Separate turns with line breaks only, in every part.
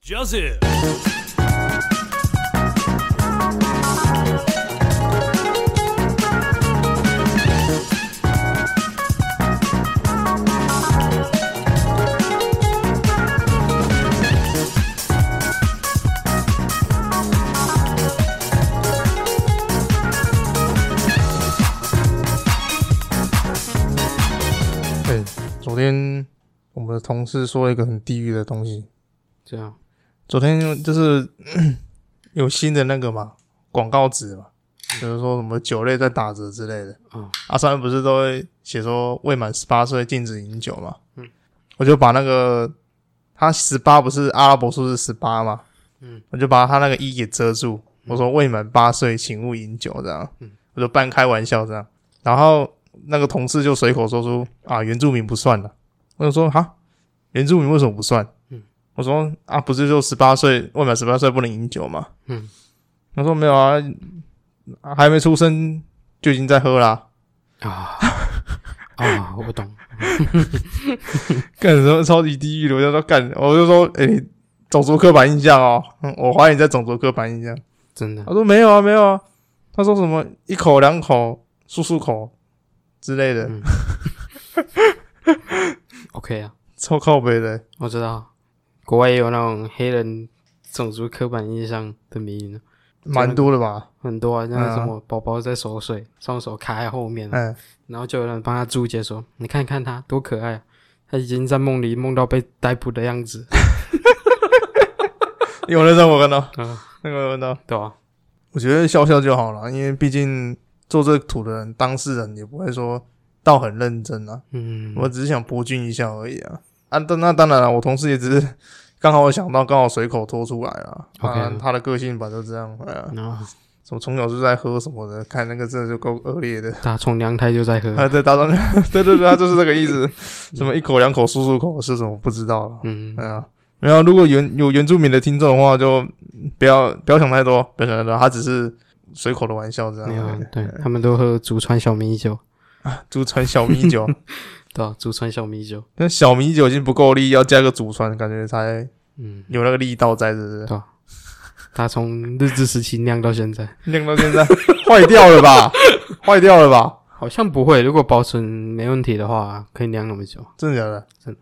Joseph。
对，昨天我们的同事说了一个很地狱的东西。
这样
昨天就是 有新的那个嘛广告纸嘛，比如说什么酒类在打折之类的。
嗯
啊，上面不是都会写说未满十八岁禁止饮酒嘛？
嗯，
我就把那个他十八不是阿拉伯数字十八嘛？
嗯，
我就把他那个一给遮住，我说未满八岁请勿饮酒这样。
嗯，
我就半开玩笑这样，然后那个同事就随口说出啊原住民不算了，我就说哈原住民为什么不算？
嗯，
我说啊不是就十八岁未满十八岁不能饮酒嘛？
嗯，
他说没有啊，还没出生就已经在喝啦、
啊啊，我懂，
干什么超级地狱的？我就说干，我就说，哎、你种族刻板印象哦，嗯我怀疑你在种族刻板印象。
真的
他说没有啊，没有啊。他说什么一口、两口、漱漱口之类的，
嗯 OK 啊，
超靠北的。
我知道，国外也有那种黑人种族刻板印象的迷因，
蛮多的吧？
很多啊，像什
嗯
么宝宝在守岁，双手卡在后面啊，
嗯，
然后就有人帮他注解说：“你看看他多可爱、啊，他已经在梦里梦到被逮捕的样子。
有那张我看到，
嗯
哦那个我看到”。
对啊，
我觉得笑笑就好了，因为毕竟做这图的人，当事人也不会说到很认真啊。
嗯，
我只是想博君一笑而已啊。啊，但那当然了，我同事也只是刚好我想到，刚好随口说出来了。
OK
啊，他的个性吧就这样，哎呀，
然后
什么从小就在喝什么的，看那个真的就够恶劣的。
打从娘胎就在喝，
啊，对，打算，对对对，他就是这个意思。什么一口两口漱漱口是什么不知道了。
嗯，
哎呀，没有，如果原有原住民的听众的话，就不要不要想太多，不要想太多，他只是随口的玩笑这
没有啊
样。，
对他们都喝祖传小米酒，
祖传小米 酒，
对啊，祖传小米酒，
那小米酒已经不够力，要加个祖传，感觉才
嗯，
有那个力道在，是不是？
他从日治时期酿到现在，
酿到现在坏掉了吧？坏掉了吧？
好像不会，如果保存没问题的话，可以酿那么久，
真的假的？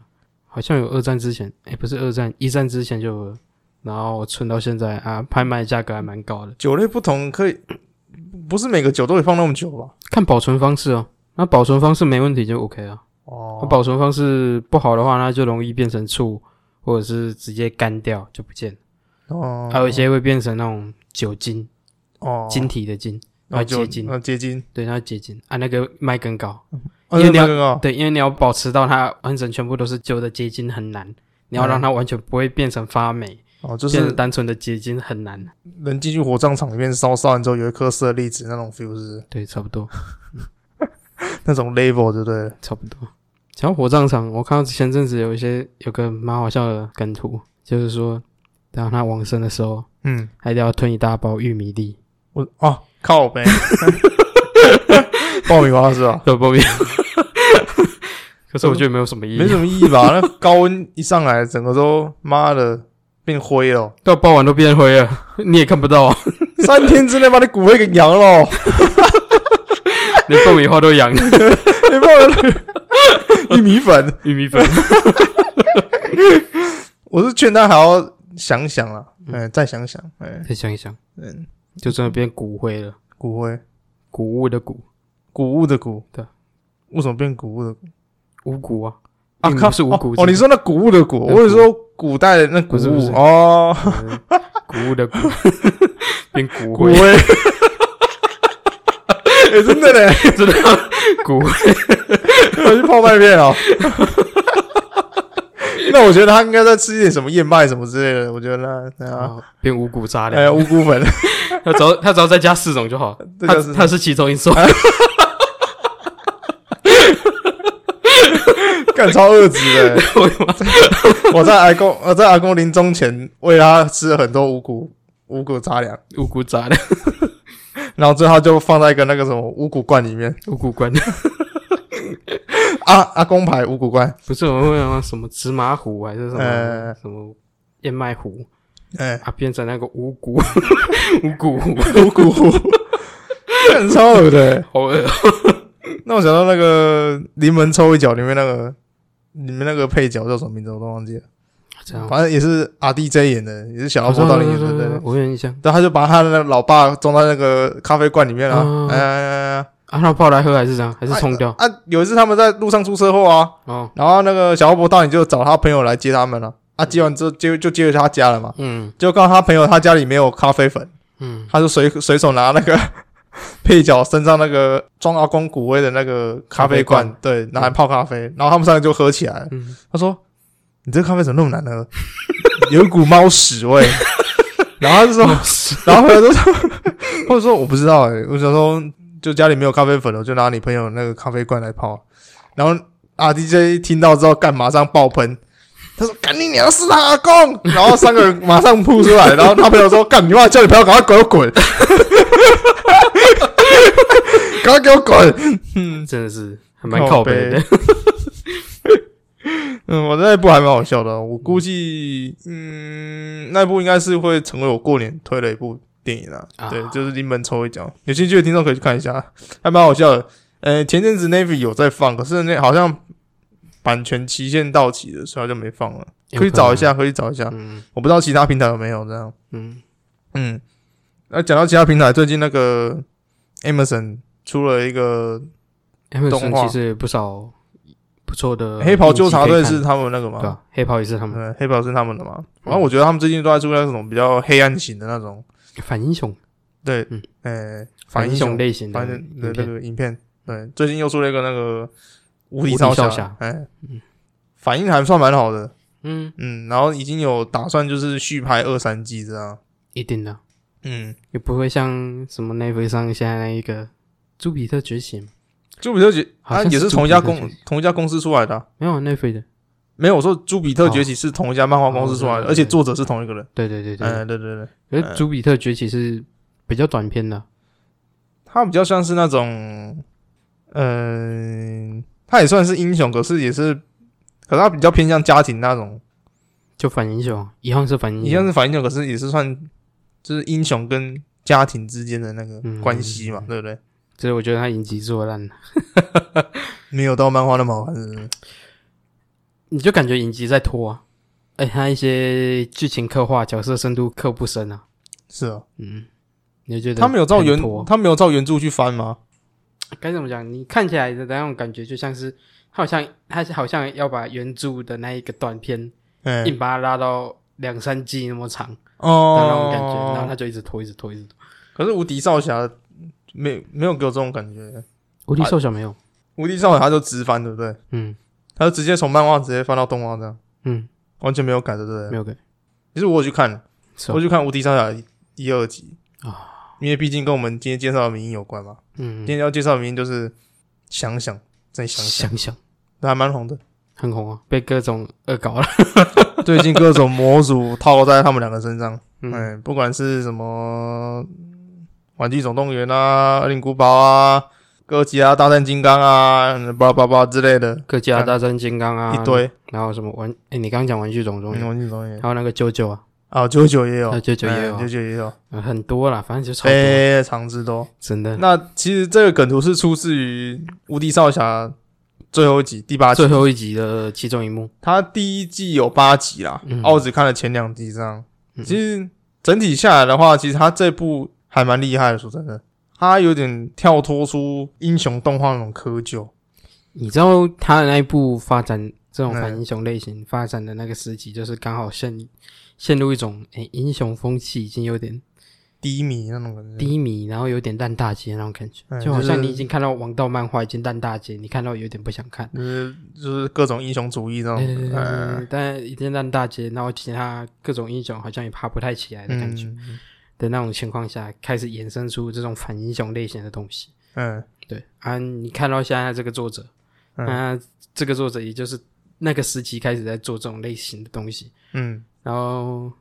好像有二战之前，哎，不是二战，一战之前就有了，然后存到现在啊，拍卖价格还蛮高的，
酒类不同，可以不是每个酒都会放那么久吧？
看保存方式哦，那保存方式没问题就 OK 啊。那
哦，
保存方式不好的话，那就容易变成醋，或者是直接干掉就不见了。
哦，
还有一些会变成那种酒精，
哦，
晶体的晶，
哦
要
酒
结晶
啊结晶，
对，那结晶啊，那个麦更高。
哦
因为你要
那个哦
对，因为你要保持到它完整全部都是酒的结晶很难，你
嗯
要让它完全不会变成发霉，
哦，就
变成
是
单纯的结晶很难。
人进去火葬场里面烧，烧完之后有一颗色粒子那种 feel 是
对，差不多，
那种 level 就对了。
差不多。讲到火葬场，我看到前阵子有一些有个蛮好笑的梗图，就是说，当他往生的时候，
嗯，
还得要吞一大包玉米粒。
我哦靠 呗， 爆米花是吧？
对，不必。 可是我觉得没有什么意义。
没什么意义吧？那高温一上来，整个都妈的变 灰了。
到傍晚都变灰了，你也看不到，啊
三天之内把你骨灰给扬了，
连爆米花都扬了，
你把我的玉米粉，
玉 米粉。
我是劝他还要想想啊，
嗯
哎、再想想，哎、
再想一想，
嗯，
就真的变骨灰了，
骨灰，
谷物的谷，
谷物的谷，
对，
为什么变谷物的谷？
五谷啊，
啊
并
靠，
不是五谷
哦，哦你说那谷物的谷，
那
我是说古代的那谷
不是不
物
是
哦，
谷物的 谷，变骨
骨
灰
灰，， 哎、真的嘞，
真的骨灰。
我去泡麦片哦。 那我觉得他应该再吃一点什么燕麦什么之类的，我觉得那那
然
样
后变五谷杂
啊哎
粮，
呀五谷粉，
他只要他只要再加四种就好，
这
他
就是哎
他是其中一种，
干超恶质的。
我的妈
我在阿公我在阿公临终前喂他吃了很多五谷五谷杂粮，
五谷杂粮，
然后最后他就放在一个那个什么五谷罐里面，啊
五谷罐，
阿阿公牌五谷罐，
啊不是我们会有什么芝麻糊还是什么
呃
什么燕麦糊
哎，
啊，变成那个五 谷五谷糊，
五谷湖，很超恶的欸。
好恶哦、
那我想到那个《临门抽一脚》里面那个，里面那个配角叫什么名字我都忘记了，
这样。
反正也是 R D J 演的，也是小老婆导演演的，对对。
我有印象。
然后他就把他的那个老爸装到那个咖啡罐里面
嗯
了，哎哎哎哎
啊，那泡来喝还是这样，还是冲掉？
哎啊！有一次他们在路上出车祸啊，
哦，
然后那个小老婆导演就找他朋友来接他们了，啊，接完之后接就接回他家了嘛，
嗯
就告诉他朋友他家里没有咖啡粉，
嗯，
他就随随手拿那个配角身上那个装阿公骨灰的那个咖啡罐，
咖
对，拿来泡咖啡，然后他们三个就喝起来了。
嗯
他说：“你这个咖啡怎么那么难喝？ 有一股猫屎味。” 然后他就说，然后朋友就说， 或者说我不知道哎、我想说就家里没有咖啡粉了，我就拿你朋友那个咖啡罐来泡。然后 R D J 听到之后，干马上爆喷。他说：“赶紧，你要是他阿公。” 然后三个人马上扑出来，然后他朋友说：“干，你妈叫你朋友赶快给我滚， 赶快给我滚！”
真的是还蛮靠背的。
嗯，我那一部还蛮好笑的哦，
嗯
我估计，嗯，那一部应该是会成为我过年推的一部电影啦。
啊
对，就是临门抽一奖，有兴趣的听众可以去看一下，还蛮好笑的。呃，前阵子 Navy 有在放，可是那好像版权期限到期了，所以他就没放了。
有
可以
可
找
能
一下，可以找一下。
嗯
我不知道其他平台有没有这样。
嗯，
嗯，那、讲到其他平台，最近那个 Amazon 出了一个
艾文
动
森
画
其实有不少不错的。
《黑袍纠察队》是，他们那个
对啊
吗？
吧？黑袍也是他们
啊嗯，黑豹是他们的嘛。然后我觉得他们最近都在出那种比较黑暗型的那种，
反英雄，
对，
嗯
呃、
反
反英
雄
雄，
类型的
反正
影
的那
片。
个影片，对，最近又出了一个那个无
无
敌
敌
少
少
侠
侠，
哎、反应还算蛮好的，
嗯，
嗯，然后已经有打算就是续拍二三季这样，
一定的，
嗯，
也不会像什么 Netflix 上现在那一个《朱比特觉醒》，
朱比特崛，
好
啊，
像
也
是
是同一家
朱比特
公同一家公司出来的啊、
没有 Netflix 的。
没有，我说朱比特
哦
崛起是同一家漫画公司出来
哦
的，
对
而且
对
作者是同一个人，
对对对对，
嗯，对对对，
可是《朱比特崛起》是比较短篇的，
他比较像是那种，嗯、他也算是英雄，可是也是，可是他比较偏向家庭那种，
就反英雄，啊一样是反英雄，
一样是反英雄，可是也是算就是英雄跟家庭之间的那个
嗯
关系嘛，对不对？
所以我觉得他影集做烂了，啊
没有到漫画那么好看，是不是？
你就感觉影集在拖啊。哎、他一些剧情刻画、角色深度刻不深啊。
是哦，
嗯，你就觉得
他没有照
很
原
拖啊
他没有照原著去翻吗？
该怎么讲？你看起来的那种感觉，就像是他好像他好像要把原著的那一个短片
哎、
硬把它拉到两三季那么长的嗯那种感觉，然后
哦，
他就一直拖，一直拖，一直拖。
可是无敌少侠没没有给我这种感觉，
无敌瘦小哦没有？
无敌少侠他就直翻，对不对？
嗯
他就直接从漫画直接翻到动画这样，
嗯，
完全没有改，对不对？
没有给。
其实我有去看，
是
嗯我
哦
去看《无敌三侠》一、二集
啊，
因为毕竟跟我们今天介绍的名音有关嘛。
嗯
今，天要介绍的名音就是想想，再想想，
想想
还蛮红的。
很红啊，被各种恶搞了。
哎最近各种模组套在他们两个身 上，
嗯
哎、不管是什么嗯《玩具总动员》啊，《恶灵古堡》啊，《哥吉拉大战金刚》啊，巴拉巴拉之类的，
各家大战金刚啊，
一堆。
然后什么玩？哎、你刚刚讲玩具总动
嗯
员，
玩具总动员
还有那个啾啾啊，
啊，九九也有
啊，，九九也有
哎
啊、
九九也有，
呃很多啦，反正就超多，
非常之多。
真的。
那其实这个梗图是出自于《无敌少侠》最后一集第八集
最，后一集的其中一幕，
它第一季有八集啦，
嗯
啊我只看了前两集这样。
嗯
其实整体下来的话，其实它这部还蛮厉害的，说真的，它有点跳脱出英雄动画那种窠臼。
你知道他的那一部发展这种
嗯
反英雄类型发展的那个时期，就是刚好陷陷入一种哎、诶英雄风气已经有点
低迷那种感觉，
低迷，然后有点烂大街那种感觉，
嗯
就好
就
像
是
你已经看到王道漫画已经烂大街，你看到有点不想看。
就是就是各种英雄主义这种
对对对对，
呃
对但已经烂大街，然后其他各种英雄好像也爬不太起来的感觉。
嗯
的那种情况下，开始衍生出这种反英雄类型的东西。
嗯
对啊，你看到现在这个作者，
嗯
啊，这个作者也就是那个时期开始在做这种类型的东西。
嗯，
然后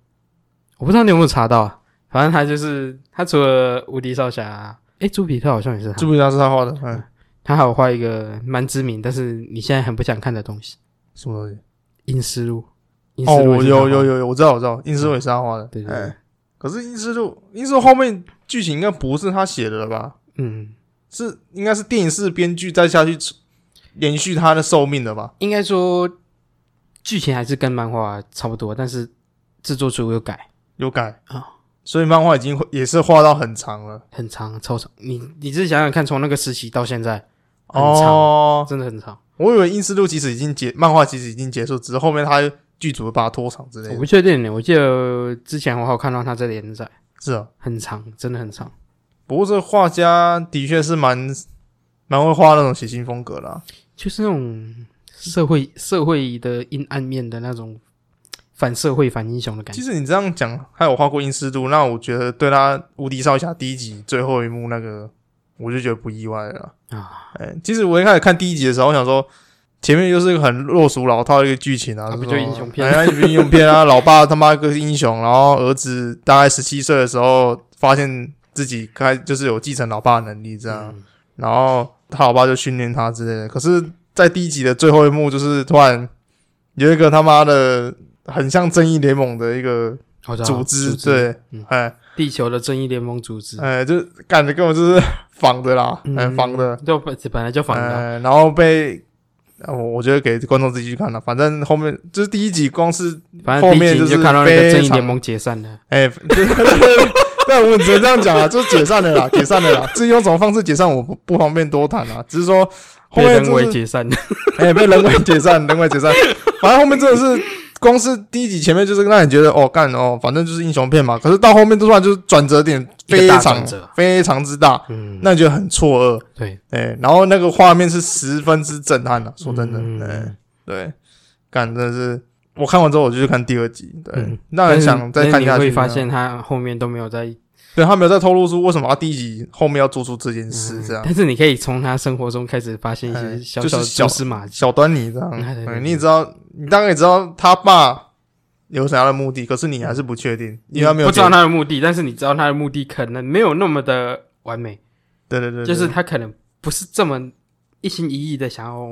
我不知道你有没有查到啊，反正他就是他除了无敌少侠，诶，朱比特好像也是他，
朱笔侠是他画的，嗯，
他还有画一个蛮知名，但是你现在很不想看的东西《
什么东西？
阴尸路》。英
哦，
斯路
我
也是
有
他画
有
的，
有有，我知道我知道，英斯路也是他画的。
对对对
哎，可是英斯路，英斯路后面剧情应该不是他写的了吧？
嗯，
是应该是电影式编剧再下去延续他的寿命的吧？
应该说剧情还是跟漫画差不多，但是制作组有改，
有改
啊，
所以漫画已经也是画到很长了。
很长，超长。你你自己想想看，从那个时期到现在，很长，
哦，
真的很长。
我以为《英斯路》其实已经结，漫画其实已经结束，只是后面他剧组把它拖长之类
我
的。
不确定呢，我记得之前我好看到他在连载，
是啊，
很长，真的很长。
不过这画家的确是蛮蛮会画那种血腥风格啦。
就是那种社会社会的阴暗面的那种反社会反英雄的感
其
觉。
实你这样讲，还有画过《英斯路》，那我觉得对他《无敌少侠》第一集最后一幕那个，我就觉得不意外了
啊。
哎、其实我一开始看第一集的时候，我想说。前面就是一个很落俗老套的一个剧情啊，
啊不
是
就
说
英雄片
哎呀英雄片啊， 老爸他妈个是英雄，然后儿子大概十七岁的时候，发现自己开就是有继承老爸的能力这样，
嗯
然后他老爸就训练他之类的。可是，在第一集的最后一幕，就是突然有一个他妈的很像正义联盟的一个
我知道
啊组织，，对
嗯，
哎、
地球的正义联盟组织，
哎、就感觉根本就是 仿的啦，哎、
嗯
仿的，
就本本来就仿的，啊
呃，然后被。呃我我觉得给观众自己去看了，反正后面就是第一集，光是
反正第
后
一
面
集
就
你
是
就看到那个
非
正义
常
联盟解散了，
哎，对但我们只能这样讲啊，就是解散了啦，解散了啦。至于用什么方式解散，我不不方便多谈啦。只是说后
被
面
人
就
为
是
解 散了。
哎、被人为解散，人为解散。反正后面真的是，光是第一集前面就是让你觉得哦干哦，反正就是英雄片嘛。可是到后面突然就是转折点非
一个大
常
转折
非常之大，
嗯，
那你觉得很错愕。
对，
哎、然后那个画面是十分之震撼的、说真的，
嗯
哎、对，干真的是，我看完之后我就去看第二集，对，
嗯
那很想再
但
看
是
下
你
去。
会发，现他后面都没有在
对他没有在透露出为什么他第一集后面要做出这件事，这样、
嗯但是你可以从他生活中开始发现一
哎
些小
就是
小的
小
蛛丝马迹。
小端倪这样，
嗯对对
哎
对
你也知道，你大概也知道他爸有什么样的目的，可是你还是不确定，因为他没有
嗯不知道
解，
他的目的，但是你知道他的目的可能没有那么的完美，
对对对，对
就是他可能不是这么一心一意的想要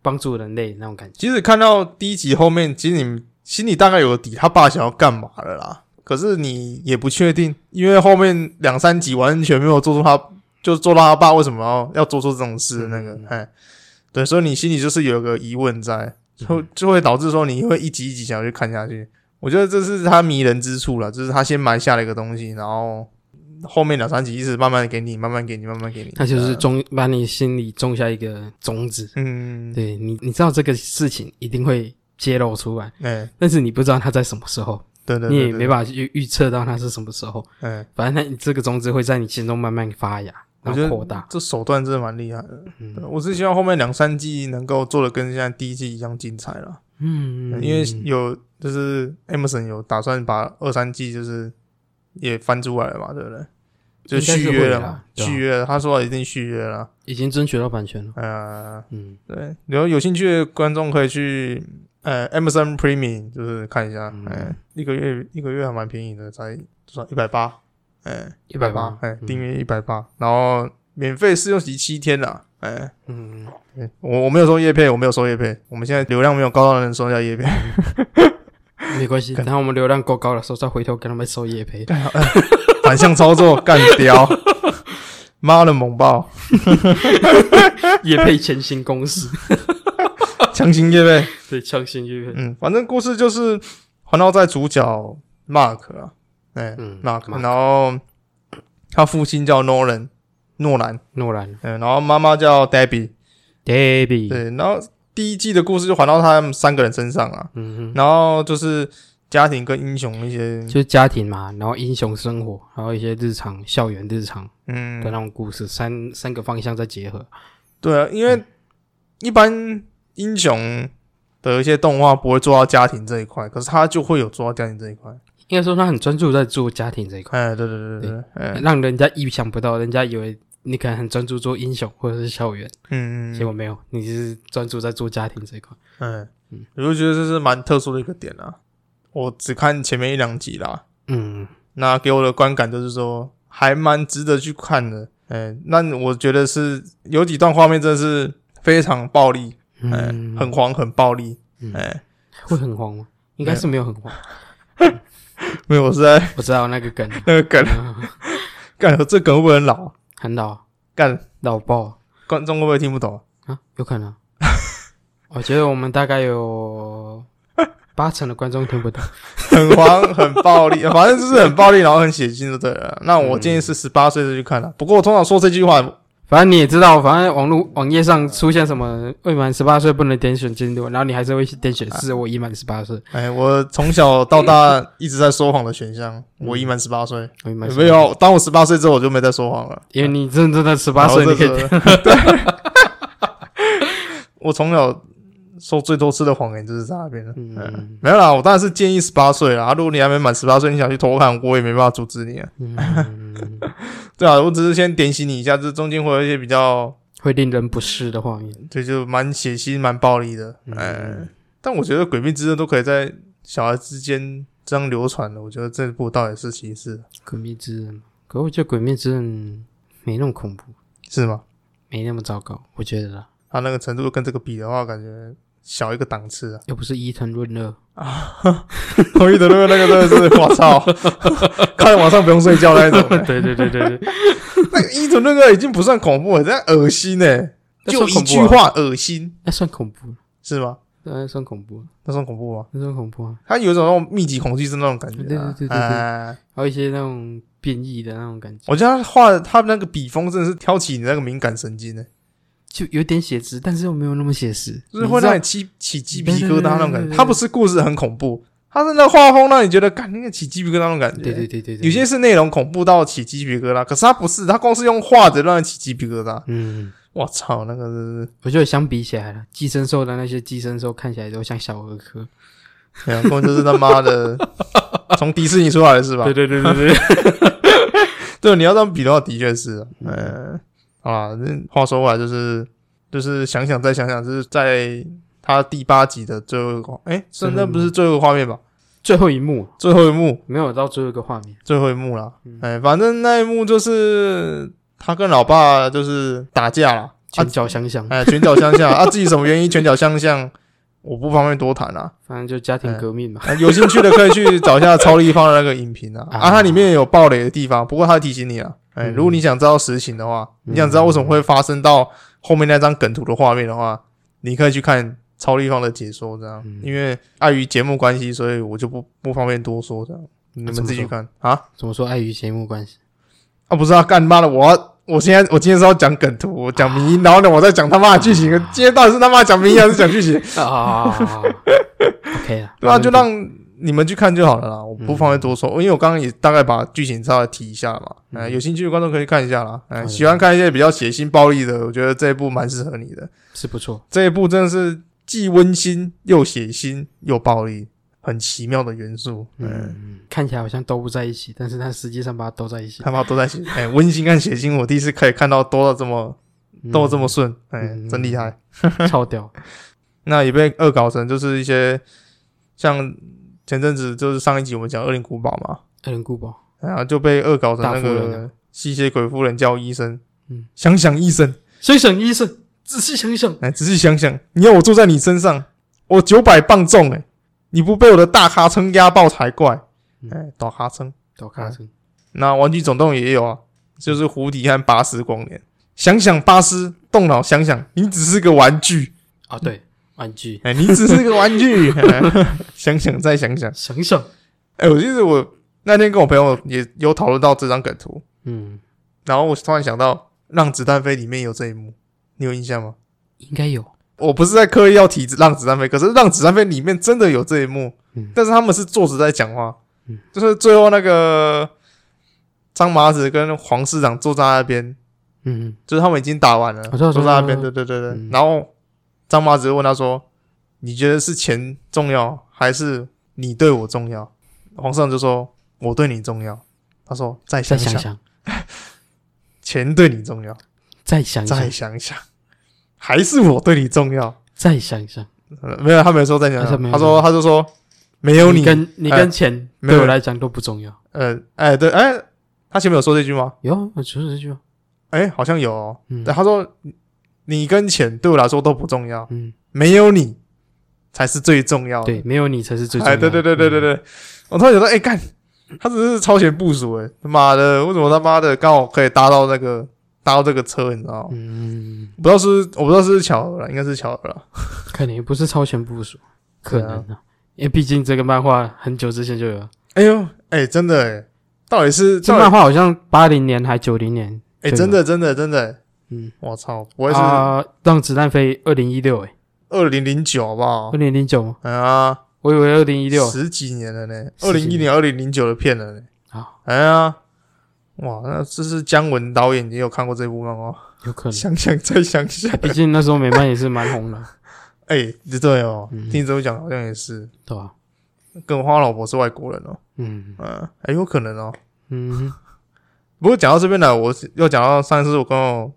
帮助人类那种感觉。
其实看到第一集后面，其实你心里大概有个底，他爸想要干嘛了啦。可是你也不确定，因为后面两三集完全没有做出他，就是做到他爸为什么要要做出这种事的那个，
嗯
哎、对，所以你心里就是有个疑 问在，就就会导致说你会一集一集想要去看下去。我觉得这是他迷人之处了，就是他先埋下了一个东西，然后后面两三集一直慢慢地给你，慢慢给你，慢慢给你。
他就是
呃
种把你心里种下一个种子，
嗯，
对你，你知道这个事情一定会揭露出来，
哎、
但是你不知道它在什么时候，
对对
你
对
也没办法预预测到它是什么时候。
哎、
反正它这个种子会在你心中慢慢发芽，
我
然
觉
后
得
扩大。
这手段真的蛮厉害的。对
嗯
我是希望后面两三季能够做的跟现在第一季一样精彩了，
嗯，
因为有就是 Emerson 有打算把二三季就是也翻出来了嘛，对不对？就续约了嘛，
应该是会啦对啊
续约了，他说已经续约了，
已经争取到版权了。
呃，
嗯
对，然后有兴趣的观众可以去呃 Emerson Premium 就是看一下，
嗯
哎，一个月一个月还蛮便宜的，才多少一百八，哎，
180
哎，
嗯
订阅一百八，然后免费试用期七天啦，哎。
嗯，
对我我没有收叶配，我没有收叶配。我们现在流量没有高到能收下叶配，
没关系，
干
等我们流量够高的时候再回头跟他们收业 赔。
反向操作干 屌，妈的猛爆，
也配全新公司，
强行叶配。
对，强行业配。
嗯，反正故事就是环绕在主角 Mark 啊，哎、
嗯
Mark，,
Mark
然后他父亲叫 Nolan 诺兰，
诺兰
嗯，然后妈妈叫 Debbie，
，Debbie，
对，然后第一季的故事就环绕他们三个人身上啊，
嗯哼，
然后就是家庭跟英雄一些，
就是家庭嘛，然后英雄生活，还有一些日常、校园日常
嗯
的，那种故事，三三个方向再结合。
对啊，因为一般英雄的一些动画不会做到家庭这一块，可是他就会有做到家庭这一块。
应该说他很专注在做家庭这一块，
哎，对对对对，对哎，
让人家意想不到，人家以为你可能很专注做英雄或者是校园，
嗯，
结果没有，你是专注在做家庭这一块。
嗯
嗯，
我就觉得这是蛮特殊的一个点啦。我只看前面一两集啦，
嗯，
那给我的观感就是说，还蛮值得去看的。哎，那我觉得是有几段画面真的是非常暴力，哎，
嗯
很黄很暴力，
嗯
哎，
会很慌吗？应该是没有很黄。
没有，我是在
我知道那个梗，
那个 梗，干这梗会不会很老啊？
很老，
干
老爆
观众会不会听不懂啊？
啊，有可能。 我觉得我们大概 有八成的观众听不懂。
很黄，很暴 力，反正就是很暴力，然后很血腥就对了。那
嗯
我建议是十八岁就去看了。不过我通常说这句话，
反正你也知道，反正网络网页上出现什么未满十八岁不能点选进度，然后你还是会去点选是我已满十八岁，
哎，我从小 到大一直在说谎的选项。
嗯
我已满十八岁，
我已满18
没有，当我十八岁之后我就没再说谎了。
因为你真正的十八岁，你可以
以 对，我从小说最多次的谎言就是在那边了。嗯，
嗯
没有啦，我当然是建议十八岁啦。如果你还没满十八岁，你想去偷看，我也没办法阻止你啊。
嗯，
对啊，我只是先点醒你一下，这中间会有一些比较
会令人不适的画面。
对，就蛮血腥、蛮暴力的。
嗯
哎，但我觉得《诡秘之刃》都可以在小孩之间这样流传的，我觉得这部倒也是歧视，
鬼灭之刃，可我觉得鬼灭之刃没那么恐怖，
是吗？
没那么糟糕，我觉得啦，。
他那个程度跟这个比的话，感觉小一个档次 啊
又不是伊藤润二，
同意的那个那个真的是，我 操！看了晚上不用睡觉那一种、
对对对对 对，
那个伊藤那个已经不算恐怖了，这样恶心呢、
那
就
算
一
恐怖
句
啊
话恶心
那算恐怖，
是吗？
那算恐怖，
那算恐怖吗？
那算恐怖啊，
他有一种那种密集恐惧症那种感觉、啊，
对对对对对
哎
还有一些那种变异的那种感觉，
我觉得他画的他那个笔锋真的是挑起你那个敏感神经呢、欸
就有点写实，但是又没有那么写实，
就是
你
会
知道
让你起起鸡皮疙
对对
瘩那种感
对
觉。
对
它不是故事很恐怖，它是那画风让你觉得，感那个起鸡皮疙瘩那种感觉。
对对对对对，
有些是内容恐怖到起鸡皮疙瘩，可是它不是，它光是用画的让你起鸡皮疙瘩。
嗯，
我操，那个真是
我觉得相比起来了，寄生兽的那些寄生兽看起来都像小儿科，
哎呀，根本就是他 妈的从迪士尼出来的是吧？
对对对对对，
对，你要这样比的话，的确是啊，
嗯
呃，好啦，那话说回来，就是就是想想再想想，就是在他第八集的最后一个画，哎、这
最后一
那
幕
不是最后一个画面吧？
最后一幕
最后一幕，
没有到最后一个画面，
最后一幕啦，
嗯
哎、反正那一幕就是他跟老爸就是打架啦，啊
拳，脚相向，
哎、拳脚 相向啊，至于什么原因拳脚相向，我不方便多谈啦、
反正就家庭革命嘛，
啊有兴趣的可以去找一下超立方的那个影评 啊，
啊
啊，它里面有暴雷的地方，不过他提醒你啊，哎、
嗯
如果你想知道实情的话，
嗯
你想知道为什么会发生到后面那张梗图的画面的话，你可以去看超立方的解说，这样，
嗯
因为碍于节目关系，所以我就不不方便多说，这样你们
啊怎么
自己去
说
看啊
怎么说碍于节目关系，
啊，不是啊，干妈的，我要我现在我今天是要讲梗图，我讲迷因，然后呢，我再讲他妈的剧情，今天到底是他妈讲迷因还是讲 剧情？
啊，OK 了，
对啊，就
没问
让你们去看就好了啦，我
嗯
不方便多说，因为我刚刚也大概把剧情稍微提一下嘛，哎、有兴趣的观众可以看一下啦，哎、
嗯好的
喜欢看一些比较血腥暴力的，我觉得这一部蛮适合你的，
题是不错，
这一部真的是既温馨又血腥又暴力，很奇妙的元素，嗯，
嗯，看起来好像都不在一起，但是它实际上把它都在一起，
他妈都在写，哎、温馨跟血腥，我第一次可以看到多到这么都这么顺，哎、
嗯
真厉害。
嗯超屌，
那也被恶搞成就是一些像前阵子就是上一集我们讲恶灵古堡嘛，
恶灵古堡，
然后就被恶搞成那
大夫人
个吸血鬼夫人叫医生，
嗯，
想想医生，
想想医生，仔细想一想，
哎，仔细想想，你要我坐在你身上，我九百磅重哎、你不被我的大咖撑压爆才怪，
嗯
哎，大咖撑。
倒卡车，
那玩具总动员也有啊，就是胡迪和巴斯光年。想想巴斯，动脑想想，你只是个玩具，
啊，对，玩具，
哎，你只是个玩具，哎 想想再想想。
想想，
哎、我其实我那天跟我朋友也有讨论到这张梗图，
嗯，
然后我突然想到《让子弹飞》里面有这一幕，你有印象吗？
应该有，
我不是在刻意要提《让子弹飞》，可是《让子弹飞》里面真的有这一幕，
嗯
但是他们是坐着在讲话，
嗯
就是最后那个张麻子跟黄市长坐在那边，
嗯，
就是他们已经打完了，
我知道
坐在那边，
我
对
知
对对对。
嗯
然后张麻子问他说：“你觉得是钱重要，还是你对我重要？”黄市长就说：“我对你重要。”他说：“再
再
想
想
想，
想，
钱对你重要。”
再想一
再
想，
想想，还是我对你重要。
再想一想，
呃没有，他没有说再想
他说没有
想，他说他就说没有你，
跟你
哎
跟钱
没有
对我来讲都不重要，
呃，哎、对，哎、他前面有说这句吗？
有啊，我就是这句话，
哎、好像有、哦。
嗯
对他说你跟钱对我来说都不重要，
嗯，
没有你才是最重要的。
对，没有你才是最重要
哎，
的。
对对对对对
嗯，
对，我突然觉得，哎、干，他只是超前部署、哎，他妈的，为什么他妈的刚好可以搭到那个搭到这个车，你知道吗？
嗯，
不知道是我不知道是不是巧合了，应该是巧合了。
肯定不是超前部署，可
对啊
能啊，因为毕竟这个漫画很久之前就有了，
哎呦，哎、真的、哎，到底是
这
到
漫
底
画好像八零年还九零年，
哎、
对吧
真的真的真的，
嗯，
我操，不会是
啊，让子弹飞二零一六哎，
二零零九好不好
二？零零九吗？
哎呀，
我以为二零一六，
十几年了呢，二
十
零
几
一零、二零零九的片了呢。
好，
哎呀，哇，那这是姜文导演也有看过这部漫画，
有可能，
想想再想想，
毕竟那时候美漫也是蛮红的，
哎、对哦，
嗯
听你这么讲好像也是，
对吧？
跟我花老婆是外国人哦，
嗯
嗯，哎，有可能哦。
嗯，
不过讲到这边来，我是又讲到上一次我跟我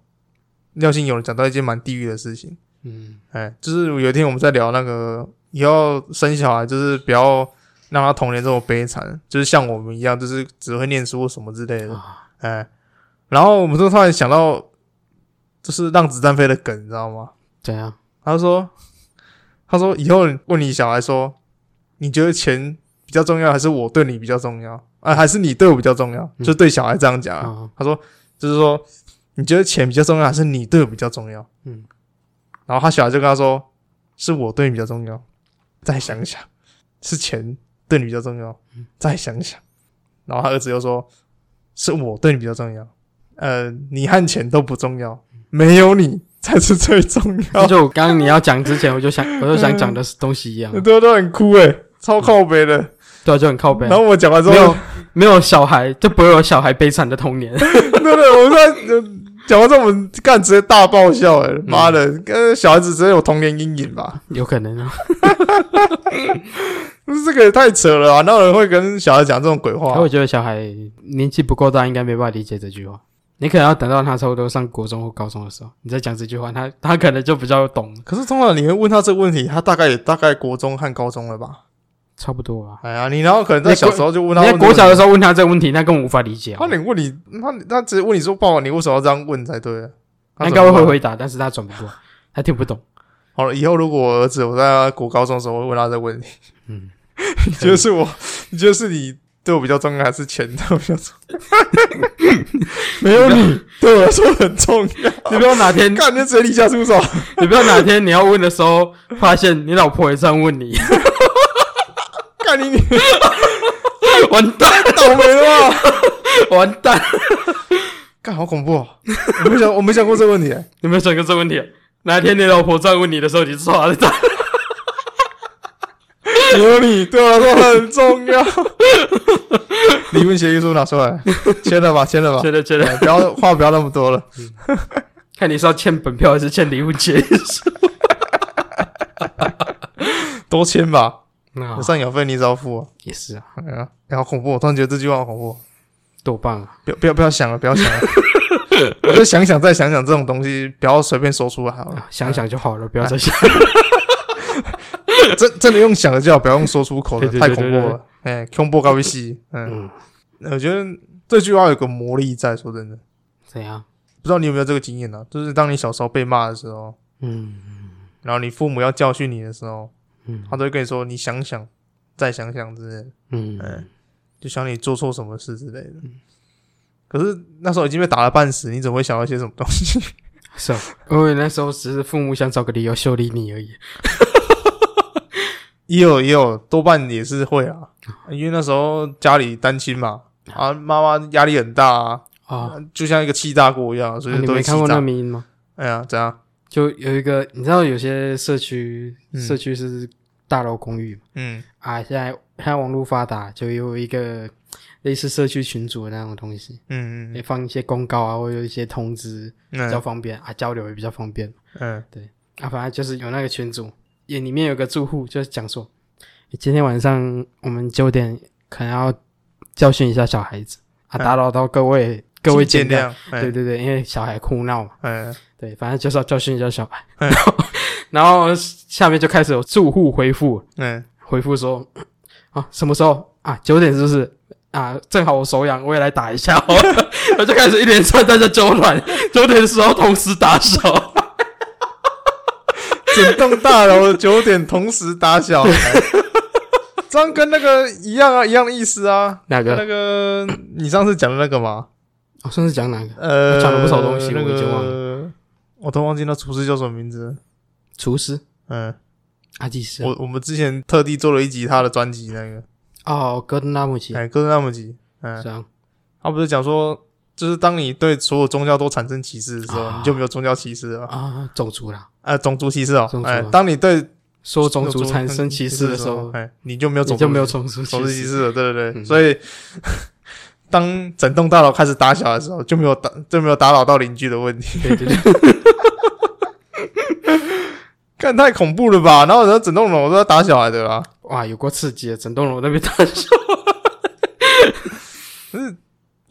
廖信友讲到一件蛮地狱的事情，
嗯，
哎，就是有一天我们在聊那个以后生小孩，就是不要让他童年这么悲惨，就是像我们一样，就是只会念书什么之类的，
啊，
哎，然后我们就突然想到，就是让子弹飞的梗，你知道吗？
怎样？
他说，他说以后问你小孩说，你觉得钱比较重要，还是我对你比较重要？啊，还是你对我比较重要？
嗯
就对小孩这样讲啊、
啊，
他说，就是说，你觉得钱比较重要，还是你对我比较重要？
嗯，
然后他小孩就跟他说，是我对你比较重要。再想想，是钱对你比较重要。
嗯
再想想，然后他儿子又说，是我对你比较重要。呃，你和钱都不重要，
嗯
没有你才是最重
这。
要
哦就我刚刚你要讲之前，我就想，我就想讲的是东西一 样，
啊都都很哭诶、超靠北的。
对啊，就很靠背
然。后我讲完之
没有
后，
没有小孩，就不会有小孩悲惨的童 年。
对对，我们在呃讲完之后，我们干直接大爆笑诶、欸
嗯
妈的，跟小孩子直接有童年阴影吧？
有可能啊，
这个也太扯了啊！哪有人会跟小孩讲这种鬼话啊
哎可？我觉得小孩年纪不够大，应该没办法理解这句话。你可能要等到他差不多上国中或高中的时候，你再讲这句话，他他可能就比较懂，
可是通常你会问他这个问题，他大概也大概国中和高中了吧？
差不多啊。
哎呀，你然后可能在小时候就问
你
他
在
问
国小的
候，
时候问他这个问题，他根本无法理解、啊
他，得问你，他他直接问你说：“爸爸，你为什么要这样问才对啊？”
他应该会
怎么办
会回答，但是他转不过，他听不懂。
好了，以后如果我儿子我在他国高中的时候，我会问他这个问题。
嗯，
你觉得是我？你觉得是你对我比较重要，还是钱对我比较重要？没有你 对我来说很重 要。
你不要哪天，
看，你就直接离家出走。
你不要哪天你要问的时候，发现你老婆也这样问你，
看你你
完蛋，
倒霉了吧？
完蛋！
干，好恐怖、哦！我没想，我没想过这个问题、
有没有想过这个问题？哪天你老婆这样问你的时候，你抓得 到？
有你对我来说很重 要。离婚协议书拿出来，签了吧， 签了吧。
觉得觉得
哎不要话不要那么多了。
看你是要欠本票还是欠离婚 协议书？
多签吧。
那
我赡养费你只要付、啊。
也是啊，
哎呀，哎好恐怖！我突然觉得这句话好恐怖。
多棒啊！
不要不要不要想了，不要想了。 我就想想再想想这种东西，不要随便说出来好了。
想想就好了，不要再想。
真真的用想的就好，不要用说出口的，
对对
太
对
恐怖
对对
了。哎，恐怖高危戏。嗯，
嗯，
我觉得这句话有个魔力在。说真的，
怎样？
不知道你有没有这个经验呢、啊就是当你小时候被骂的时候，
嗯
然后你父母要教训你的时候，
嗯
他都会跟你说：“你想想，再想想”之类的。
嗯
嗯，就想你做错什么事之类的。可是那时候已经被打了半死，你怎么会想到一些什么东西？
是啊，因为那时候只是父母想找个理由修理你而已。
也有也有，多半也是会啊，因为那时候家里单亲嘛，啊，妈妈压力很大啊，
哦，
就像一个气炸锅一样，所以
啊你
都会
没
气
看过那
炸。
迷因吗？
哎呀，怎样？
就有一个，你知道有些社区，
嗯
社区是大楼公寓嘛
嗯，
啊，现在现在网络发达，就有一个类似社区群组的那种东西，
嗯
也
嗯
放一些公告啊，或有一些通知，比较
嗯
方便啊，交流也比较方便。
嗯
啊，反正就是有那个群组，也里面有个住户就是讲说，诶今天晚上我们九点可能要教训一下小孩子啊，
嗯
打扰到各位各位
请
见谅。
谅。
对
哎
对对，因为小孩哭闹嘛，
哎，
对，反正就是要教训一下小孩。
嗯
然后，然后下面就开始有住户回复
嗯
回复说， 啊什么时候啊九点是不是？啊，正好我手痒，我也来打一下 哦。然后就开始一连串在这揪团，九点的时候同时打手，
整栋大楼九点同时打小 孩，这样跟那个一样啊，一样的意思啊。
哪
跟那
个？
个你上次讲的那个嘛，
我上次讲哪个？
呃，
我讲了不少东西
那
我已经忘
个我都忘记那厨师叫什么名字了。
厨师
嗯，
阿基斯啊
我我们之前特地做了一集他的专辑，那个
哦，戈登拉姆齐
哎，哥斯那姆集，嗯，
这样
他不是讲说，就是当你对所有宗教都产生歧视的时候，
啊
你就没有宗教歧视了嘛，
啊，种族啦，
呃，种族歧视哦
种，族
哎
啊，
当你对
说种族产生歧视的时候，
哎，你就没有种
你
族
就没有种族
种
歧
族歧
视。
视了，对对对，
嗯
所以当整栋大楼开始打小的时候，就没有打就没有打扰到邻居的问题，
对对对，
看太恐怖了吧？然后整栋楼都在打小孩的啊啦，
哇，有过刺激的，整栋楼那边大笑。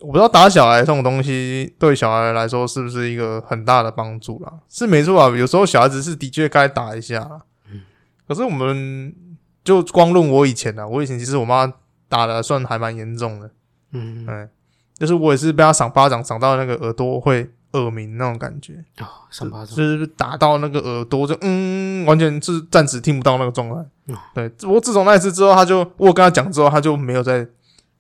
我不知道打小孩这种东西对小孩来说是不是一个很大的帮助啦？是没错啊，有时候小孩子是的确该打一下啦。可是我们就光论我以前啊，我以前其实我妈打的算还蛮严重的，
嗯，
哎，就是我也是被她赏巴掌，赏到那个耳朵会耳鸣那种感觉，
哦，上巴
就
掌，
是打到那个耳朵就嗯，完全是暂时听不到那个状态
嗯。
对，不过自从那一次之后，她就我有跟她讲之后，她就没有再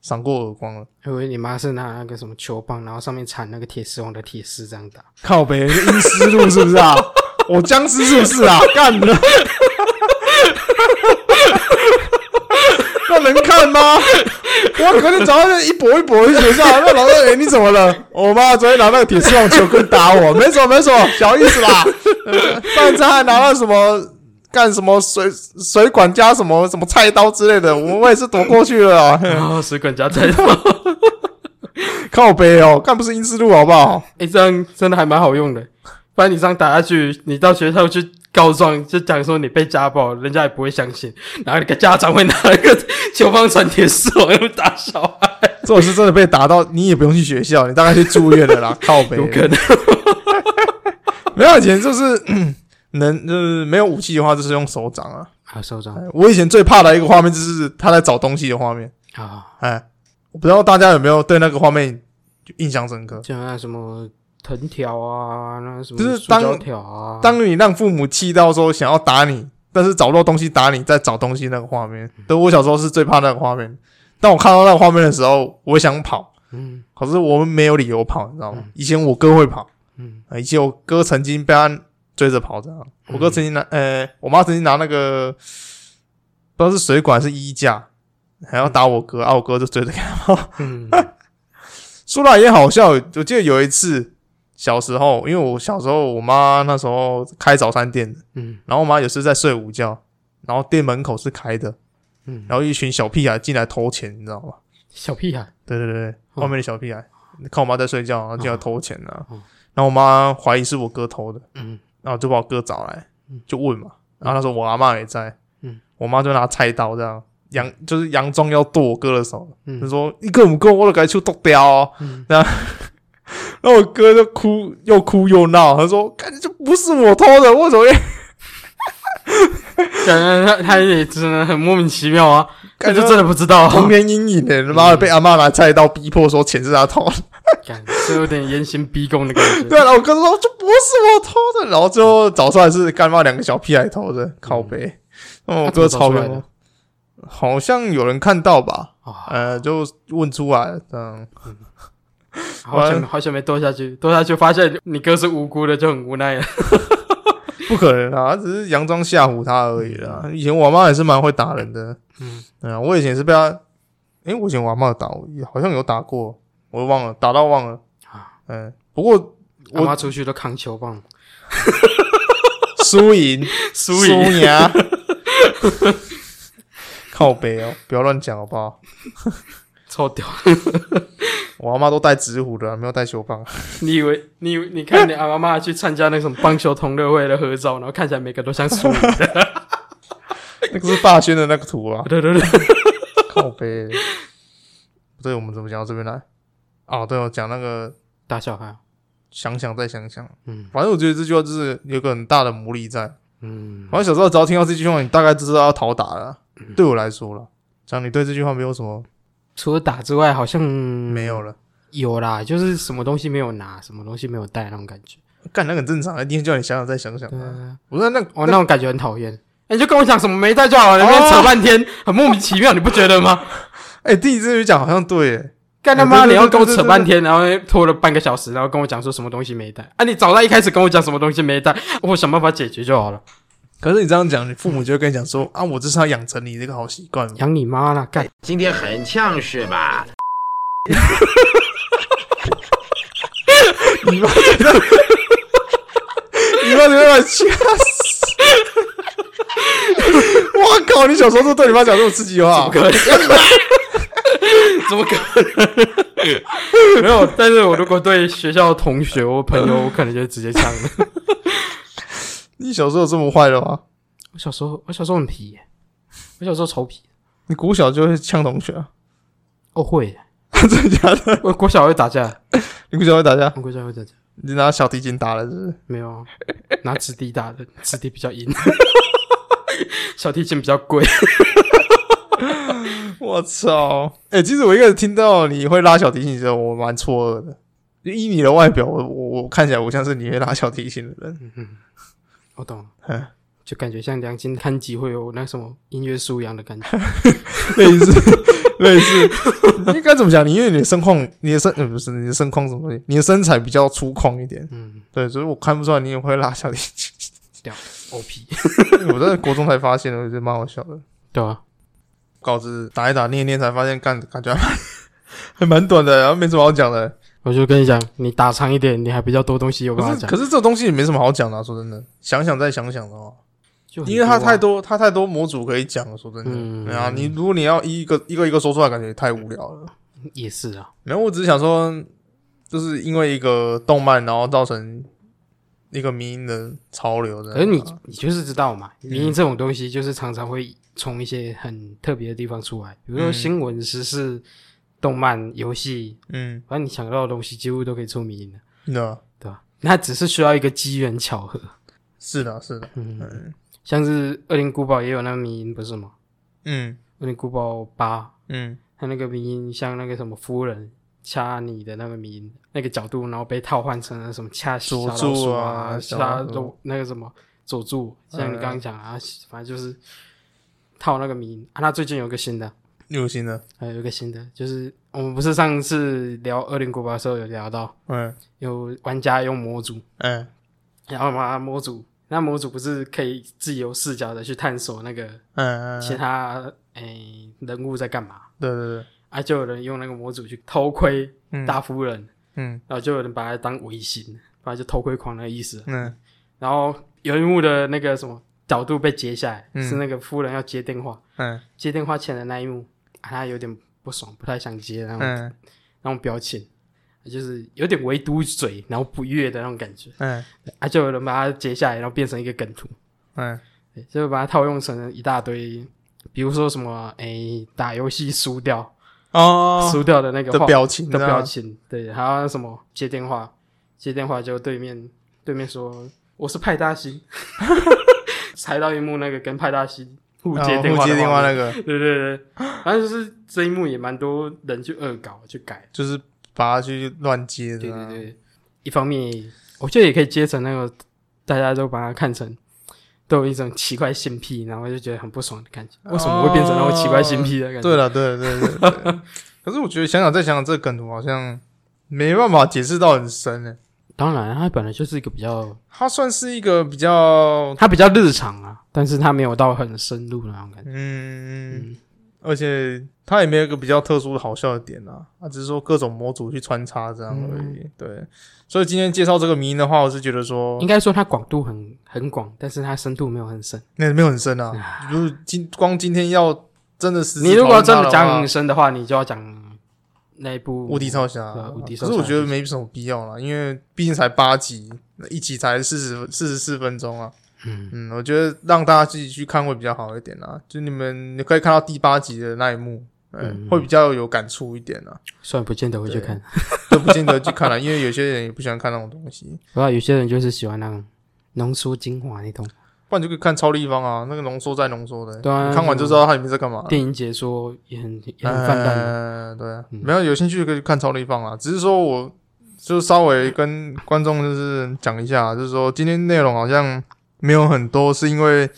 赏过耳光了。
我以为你妈是拿那个什么球棒，然后上面缠那个铁丝网的铁丝这样打。
靠北，你阴湿路是不是啊？我僵尸是不是啊？干了，那能看吗？我可能早上一跛一跛去学校，那老师哎、欸你怎么了？我妈昨天拿那个铁丝网球棍打我，没什么没什么，小意思啦。上次还拿了什么干什么水水管加什么什么菜刀之类的，我我也是躲过去了啊。
哦，水管夹菜刀，
靠北哦，干不是阴湿路好不好？
哎，这样真的还蛮好用的。不然你这样打下去，你到学校去告状，就讲说你被家暴，人家也不会相信。然后你个家长会拿一个球棒传铁丝网那么打小孩，
这种是真的被打到，你也不用去学校，你大概去住院了啦。 靠北，
有可能。
没有以前就是 嗯能就是没有武器的话，就是用手掌啊。
啊，手掌
哎我以前最怕的一个画面就是他在找东西的画面。
啊，
哎，我不知道大家有没有对那个画面印象深刻？
就那什么藤条啊，那什么
就是
塑胶
当
条啊，
当你让父母气到说想要打你，但是找不到东西打你，再找东西那个画面。对我小时候是最怕那个画面。当我看到那个画面的时候，我想跑，
嗯
可是我们没有理由跑，你知道吗
嗯？
以前我哥会跑。
嗯
啊以前我哥曾经被他追着跑这样，我哥曾经拿，呃、我妈曾经拿那个不知道是水管还是衣架，还要打我哥，啊，我哥就追着他跑。
嗯，
说来也好笑，我记得有一次小时候，因为我小时候我妈那时候开早餐店的，
嗯
然后我妈有时在睡午觉，然后店门口是开的，
嗯，
然后一群小屁孩进来偷钱，你知道吗？
小屁孩，
对对对，
嗯
外面的小屁孩看我妈在睡觉，然后进来偷钱啊
嗯，
然后我妈怀疑是我哥偷的。
嗯
然后就把我哥找来
嗯，
就问嘛。然后他说我阿妈也在，
嗯，
我妈就拿菜刀这样佯就是佯装要剁我哥的手，就
嗯
说你个唔够，我都该去剁掉哦。
嗯
然后我哥就哭，又哭又闹，他说感觉就不是我偷的，为什么要
感觉嗯他他也真的很莫名其妙啊，
感
感
觉
觉真的不知道
童
啊，
年阴影呢？他妈的被阿妈拿菜刀逼迫说钱是他偷的，
感是有点严刑逼供的感觉。
对啊，然后我哥就说就不是我偷的，然后最后找出来是干妈两个小屁孩偷的，靠背，那我哥
他嗯怎么找
超
出来
冤
的，
好像有人看到吧，
啊，
呃，就问出来，嗯，
好久没好久没剁下去，剁下去发现你哥是无辜的，就很无奈了。
不可能啊，只是佯装吓唬他而已啦。以前我妈也是蛮会打人的，
嗯，
对啊，我以前是被他，诶、我以前我妈有打我，好像有打过，我忘了，打到忘了
啊。
嗯，不过
我
我
妈出去都扛球棒，
输赢
输赢
牙， 靠北哦，不要乱讲好不好？
臭屌！
我阿妈都带纸虎的啊，没有带球棒。
你以为你以为你看你阿妈去参加那种棒球同乐会的合照，然后看起来每个都像输赢。
那个是霸轩的那个图啊，
对对对，
靠北。不 对，我们怎么讲到这边来？哦，对哦，讲那个
打小孩，啊
想想再想想，
嗯
反正我觉得这句话就是有个很大的魔力在。
嗯
然，后小时候只要听到这句话，你大概知道要讨打了。对我来说了，讲你对这句话没有什么
除了打之外，好像
没
没
有了，
有啦，就是什么东西没有拿，什么东西没有带那种感觉。
干那个很正常，一定叫你想想再想想
对
啊。
啊，
我说那
哦，那种感觉很讨厌。哎你就跟我讲什么没带就好了，那边扯半天，很莫名其妙，你不觉得吗？
哎，第一次讲好像对耶，
干他妈！
哎对
你
对
要跟我
对对
扯
对
半天，然后拖了半个小时，然后跟我讲说什么东西没带啊？你早在一开始跟我讲什么东西没带，我想办法解决就好了。
可是你这样讲，你父母就会跟你讲说啊，我这是要养成你这个好习惯嘛。
养你妈啦！干，
今天很呛是吧？
你妈觉得，你妈怎么把你掐死？我靠！你小时候都对你妈讲这种刺激话
不，可能， 怎么可能？ 没有，但是我如果对学校的同学或朋友， 我可能就直接呛了。
你小时候有这么坏的吗？
我小时候，我小时候很皮耶，我小时候超皮。
你国小就会呛同学、啊，
哦，会耶，
真的假的？
我国小会打架，
你国小会打架？
我国小会打架，
你拿小提琴打了是不是？
没有啊，拿纸笛打的，纸笛比较硬， 小提琴比较贵。
我操！哎、其实我一开始听到你会拉小提琴的时候，我蛮错愕的。就以你的外表，我我我看起来我像是你会拉小提琴的人。
我懂
嗯
了，就感觉像良心看集会有那什么音乐素养的感 觉。
类 似类似，你应该怎么讲？你因为你的身况，你的身呃不是你的身况什么东西，你的身材比较粗犷一点，
嗯
对，所以我看不出来你也会拉小提琴。
，O P，
我在国中才发现的，我觉得蛮好笑的。
对啊，
稿子打一打念一念，才发现干感觉还蛮还蛮短的，然后没什么好讲的。
我就跟你讲，你打长一点，你还比较多东西有办
可
法
是
讲
可。是这东西也没什么好讲的啊、说真的，想想再想想的话，
就很
因为它
多啊
太，多它太多模组可以讲了。说真的，
嗯
对啊，你如果你要一个一个一个说出来，感觉也太无聊了。
也是啊，
没有，我只是想说，就是因为一个动漫，然后造成一个迷因的潮流的。
可是哎你你就是知道嘛，民音这种东西就是常常会从一些很特别的地方出来，比如说
嗯
新闻、时事、动漫、游戏，
嗯，啊
反正你想到的东西几乎都可以出民音的，
那
对吧？那只是需要一个机缘巧合，
是的，是的，
嗯，
嗯
像是《恶灵古堡》也有那个民音不是吗？
嗯
《恶灵古堡八》
嗯，
他那个迷音像那个什么夫人掐你的那个迷音那个角度，然后被套换成了什么掐小
佐
老
助
鼠
啊
啊、
小
掐
老鼠
肉那个什么佐助，像你
嗯
刚刚讲啊，反正就是套那个迷音啊。他最近有一个新的，
有新的，
还有一个新的，就是我们不是上次聊《恶灵古堡》的时候有聊到，
嗯
有玩家用模组，
嗯
然后嘛模组，那模组不是可以自由视角的去探索那个
嗯嗯，
其
嗯
他诶、人物在干嘛
对对对，
啊？就有人用那个模组去偷窥
嗯
大夫人。
嗯
然后就有人把他当违心，反正就偷窥狂那个意思。
嗯
然后有一幕的那个什么角度被截下来，
嗯
是那个夫人要接电话，
嗯
接电话前的那一幕，啊、他有点不爽，不太想接那种、
嗯
那种表情，就是有点唯嘟嘴，然后不悦的那种感觉。
嗯
啊，就有人把它截下来，然后变成一个梗图，
嗯，
对就把它套用成一大堆，比如说什么诶、打游戏输掉、
哦
输掉的那个
的
画
表情啊
的
这样
表情，对，还有什么接电话，接电话就对面对面说我是派大星， 猜到一幕那个跟派大星互
啊
接电
互
话的
接电
画
话
面
那个，
对对对，反正就是这一幕也蛮多人去恶搞去改，
就是把它去乱接的，啊
对对，对，一方面我觉得也可以接成那个大家都把它看成。都有一种奇怪性癖，然后就觉得很不爽的感觉。为什么会变成那种奇怪性癖的感觉？
哦对了，对对对对对。 可是我觉得想想再想想，这个梗图好像没办法解释到很深欸诶。
当然，它本来就是一个比较
它算是一个比较，
它比较日常啊，但是它没有到很深入的那种感觉。
嗯，
嗯，
而且它也没有一个比较特殊的好笑的点啊，它只是说各种模组去穿插这样而已。对，所以今天介绍这个迷因的话，我是觉得说
嗯应该说它广度很很广，但是它深度没有很深。
那没有很深啊，就是今光今天要真的是
你如果要真的讲很深的话，你就要讲那一部
无敌超侠
对啊
啊
无敌，超
可是
侠
我觉得没什么必要啦，因为毕竟才八集，那一集才四十四十四分钟啊。
嗯
嗯，我觉得让大家自己去看会比较好一点啦。就你们你可以看到第八集的那一幕，嗯，
嗯
会比较有感触一点啦。
虽然不见得会去看，
都不见得去看了，因为有些人也不喜欢看那种东西。
不过有些人就是喜欢那种浓缩精华那种
不然你就可以看超立方啊，那个浓缩再浓缩的，
对啊
你看完就知道它里面在干嘛了。
电影解说，也很也很泛滥的。
嗯，对啊，
嗯
没有有兴趣可以去看超立方啊。只是说我就稍微跟观众就是讲一下，啊就是说今天内容好像没有很多，是因为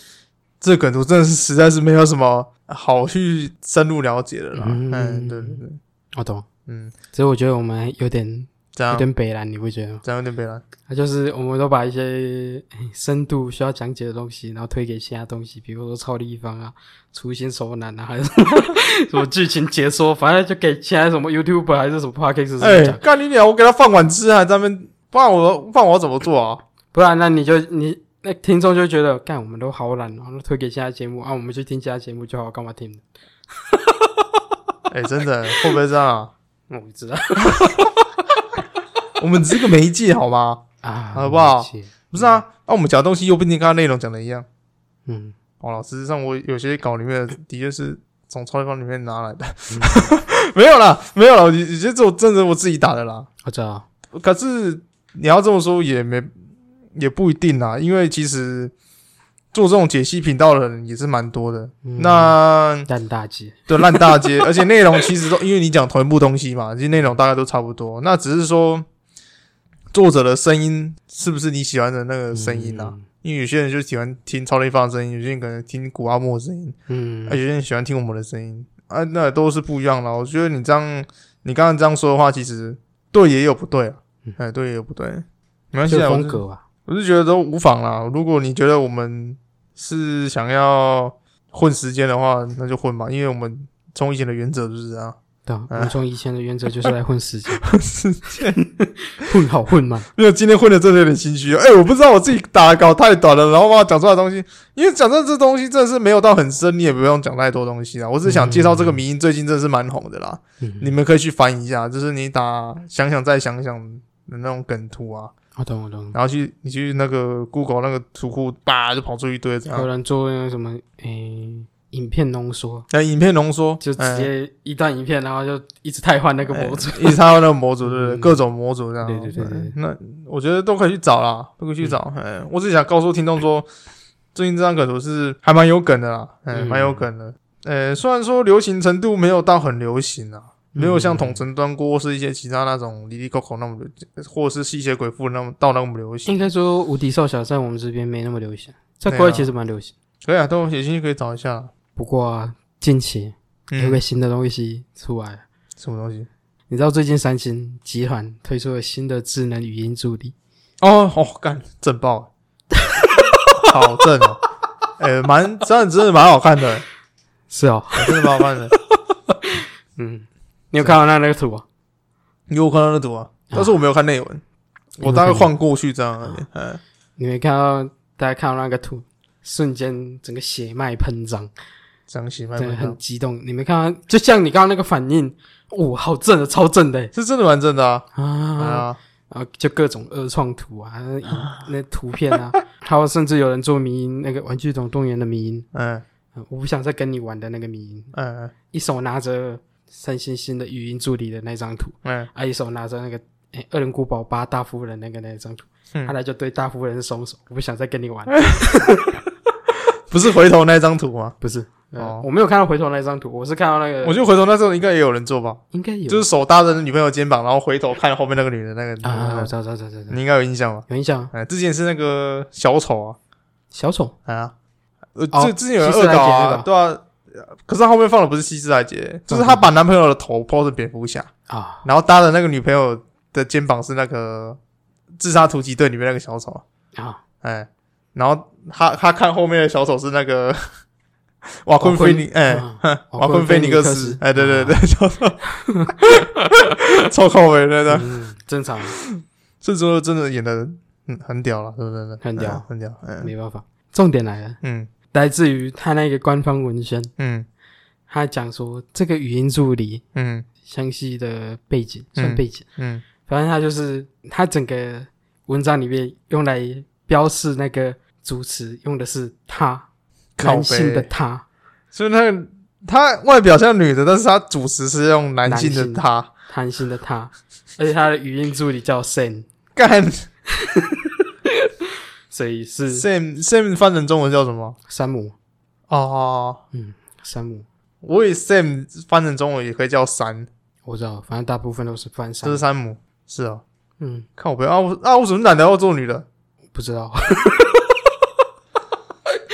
这梗图真的是实在是没有什么好去深入了解的啦。
嗯
嗯，对对对，
我哦懂。
嗯，
只是我觉得我们有点
这
有
样
点北蓝，你不觉得吗？
这样有点悲哀。
他就是我们都把一些哎深度需要讲解的东西，然后推给其他东西，比如说超立方啊、粗心手难啊，还是什么 什么剧情解说，反正就给其他什么 YouTube 还是什么 Podcast
哎、
讲。
干你鸟！我给他放碗吃还在那边，不然我不然我要怎么做啊？
不然那你就你那听众就觉得，干我们都好懒哦，那推给其他节目啊，我们去听其他节目就好，干嘛听？
哎、真的会不会这样啊？
我不知 道
我们只是个媒介好吗？
啊，
好不好
我理解？
不是啊，那、我们讲的东西又不一定跟他内容讲的一样。
嗯，
哦，老实上，我有些稿里面的的确是从超立方里面拿来的， 没有啦，没有啦，有有些这种真的我自己打的啦。
我知道，
可是你要这么说也没也不一定啦，因为其实做这种解析频道的人也是蛮多的。
嗯
那
蛋大姐，
的烂大街，而且内容其实都因为你讲同一部东西嘛，其实内容大概都差不多。那只是说作者的声音是不是你喜欢的那个声音
嗯
啊？因为有些人就喜欢听超立方的声音，有些人可能听古阿莫的声音。
嗯？
啊，有
嗯，
些人喜欢听我们的声音啊，那都是不一样的。啊我觉得你这样，你刚刚这样说的话，其实对也有不对啊
嗯，
哎、对也有不对，没关系
就
啊。我
风
是
格吧，
我是觉得都无妨啦。如果你觉得我们是想要混时间的话，那就混吧，因为我们从以前的原则就是这样。
对啊，我
哎
们从以前的原则就是来混时间， 混好混满，
因为今天混的真的有点心虚，哎、我不知道我自己打的稿太短了，然后把我讲出来的东西，因为讲真的，这东西真的是没有到很深，你也不用讲太多东西啊。我只是想介绍这个迷音，最近真的是蛮红的啦。
嗯，
你们可以去翻一下，就是你打“想想再想想”的那种梗图啊，
我哦懂我懂。
然后去你去那个 Google 那个图库，叭就跑出一堆这
有
样。
人做那个什么，诶，影片浓缩，
那影片浓缩
就直
哎
接一段影片，然后就一直汰换那个
哎
博主。
一直插到那个模组，对不对？
嗯
各种模组这样。哎
对对对嗯对对
那我觉得都可以去找啦，都可以去找。哎，我只是想告诉听众说，最近这张梗图是还蛮有梗的啦，哎，
嗯
蛮有梗的。呃，虽然说流行程度没有到很流行啊，没有
嗯
像统神端锅是一些其他那种离离扣扣那么流，或者是吸血鬼妇那么到那么流行。
应该说无敌少侠在我们这边没那么流行，在国
对
外
啊
其实蛮流行。
可以啊，都有兴趣可以找一下啦。
不过啊近期有一
嗯
个，新的东西出来了，
什么东西？
你知道最近三星集团推出了新的智能语音助理，
哦哦，干正爆， 好正哦！ 哎，蛮真的真的蛮好看的，
是哦，
哎真的蛮好看的。
嗯，你有看到那那个图啊？
你有看到那图啊？但是我没有看内文，
你
啊我
有看
大概
内文
晃过去这样而已。哎，
你没看到？大家看到那个图，瞬间整个血脉喷张，
张喜麦
对，
麦
很激动。你没看到？就像你刚刚那个反应，哦，好正的，超正的欸
是真的蛮正的啊！
啊！
啊，
然后就各种恶创图啊，那那图片啊， 还有甚至有人做迷音，那个《玩具总动员》的迷音、
哎
呃我不想再跟你玩的那个迷音，
哎哎
一手拿着三星星的语音助理的那张图，
哎，
啊，一手拿着那个诶恶人古堡八大夫人那个那张图，
嗯
后来就对大夫人松手，我不想再跟你 玩，
不是回头那张图吗？
不是。呃
哦
我没有看到回头那张图，我是看到那个，
我觉得回头那时候应该也有人做吧，
应该有，
就是手搭着女朋友肩膀，然后回头看后面那个女的那个
啊，我
那
知
个，
道，知道，知道，知道，
你应该有印象吧？
有印象啊，
哎，之前是那个小丑啊，
小丑，
哎啊，呃，
哦
之之前有人
希
恶
斯莱
搞
杰嗯那
啊，
个
对啊，可是他后面放的不是希斯莱杰，就是他把男朋友的头抛成蝙蝠侠，
啊，
然后搭的那个女朋友的肩膀是那个《自杀突击队》里面那个小丑，
啊，
哎，然后他他看后面的小丑是 那个瓦昆菲尼，哎，
啊，
瓦昆菲尼克斯，哎，对对对， 小丑，臭口味那个，
嗯，正常，
这时候真的演的嗯很屌了，对不对？
很屌
嗯很屌，嗯
没办法。重点来了，
嗯
来自于他那个官方文宣，
嗯
他讲说这个语音助理
嗯
详细的背景，算背景，
嗯，
反正他就是他整个文章里面用来标示那个主词用的是他，
靠
男性的
背，
他，
所以那个他外表像女的，但是他主持是用男性
男
的
性
他
男性的他，而且他的语音助理叫 Sam，
干
所以是
Sam Sam 翻成中文叫什么？
山姆，
哦，
山姆，
我以 Sam 翻成中文也可以叫山，
我知道，反正大部分都是翻山
这是，山姆，是哦，
嗯，
看我朋友啊，我啊，我怎么懒得要做女的？
不知道。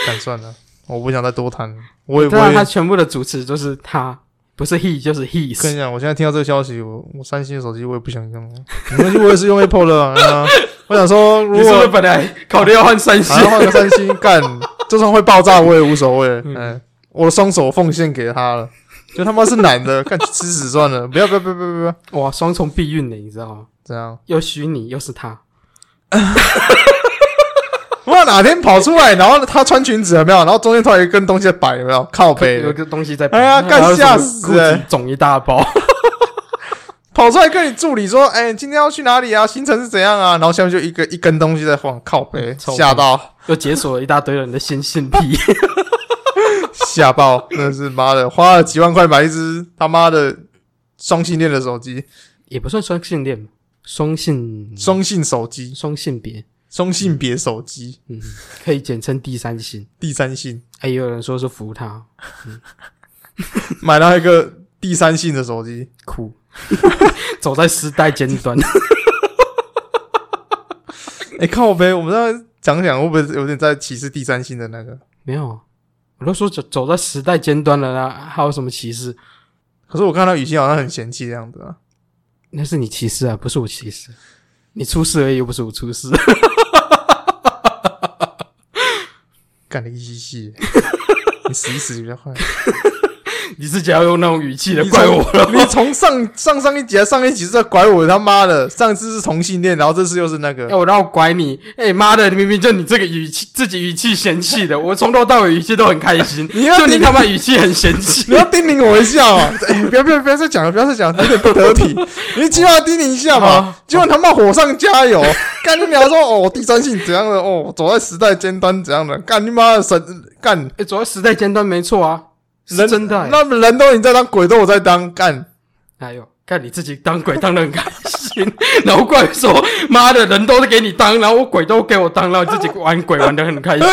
干算了， 我不想再多谈了。我也不
对啊，
会
他全部的主持就是他，不是 he 就是 his。
跟你讲，我现在听到这个消息，我我三星的手机我也不想用了， 没关系，我也是用 Apple 的啊。 啊我啊想说，如
你是不是
果
本来考虑要换三星
还？要换个三星 干，就算会爆炸我也无所谓。
嗯
嗯，我的双手奉献给他了，就他妈是男的， 干去吃屎算了，不要不要不要不要不要，
哇，双重避孕呢，你知道吗？
这样，
又虚拟又是他，
不知道哪天跑出来，然后他穿裙子有没有？然后中间突然有一根东西在摆有没有？靠背
有
的
一，个东西在。
哎呀干
然后
吓死
什么
欸
裤子肿一大包，
跑出来跟你助理说，哎，今天要去哪里啊？行程是怎样啊？然后下面就一个一根东西在晃，靠背，
嗯臭屁
吓到。
又解锁了一大堆人的先性癖。
吓爆！真的是妈的，花了几万块买一只他妈的双性恋的手机，
也不算双性恋，双性
双性手机，
双性别，
双性别手机，
嗯，可以简称第三性。
第三性，
哎，也有人说是服他
买到一个第三性的手机，
酷， 走在时代尖端。
哎、靠呗，我们在讲讲会不会有点在歧视第三性的那个？
没有，我都说走走在时代尖端了啦，还有什么歧视？
可是我看到语气好像很嫌弃的样子啊，
那是你歧视啊，不是我歧视。你出事而已，又不是我出事。
干你一 嘻嘻，你死一死比较快，
你自己要用那种语气来
你
怪我 了。
从你从上上上一集还是上一集是在拐我他妈的，上次是同性恋，然后这次又是那个，
哎要我让我拐你？哎、妈的！明明就你这个语气，自己语气嫌弃的。我从头到尾语气都很开心，
你要
就 你
听
他妈语气很嫌弃
你。要叮咛我一下嘛！哎、不要不要不要再讲了，不要再讲了，有点不得 体。你起码叮咛一下嘛
好，
结果他妈火上加油，干你娘说哦，第三性怎样的哦，走在时代尖端怎样的，干你妈的神干
哎、走在时代尖端没错啊，是
人
真的、欸。
那人都你在当，鬼都我在当，干
哎呦，看你自己当鬼当的很开心， 然后怪说妈的人都给你当，然后我鬼都给我当，然后自己玩鬼玩的很开 心。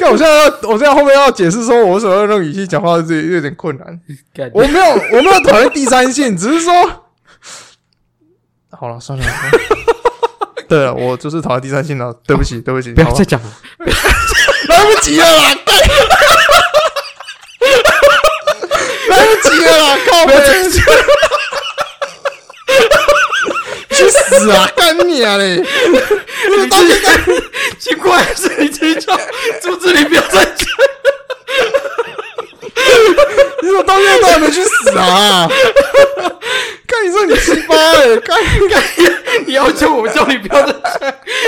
干！我现在要，我现在后面要解释说，我为什么要用语气讲话，这有点困难。
干啊
我没有，我没有讨厌第三性，只是说，好了，算了。 对了，我就是讨厌第三性了，对不 起，对不起，
不要
好吧
再讲了。
来不及了啦！干来不及了啦！靠北！去死啊！干你啊嘞！
你自己在，奇怪是你自己叫阻止你不要再讲。
你怎么到现在都还没去死啊？看你说你鸡巴哎！干
干你要求我叫你不要再讲，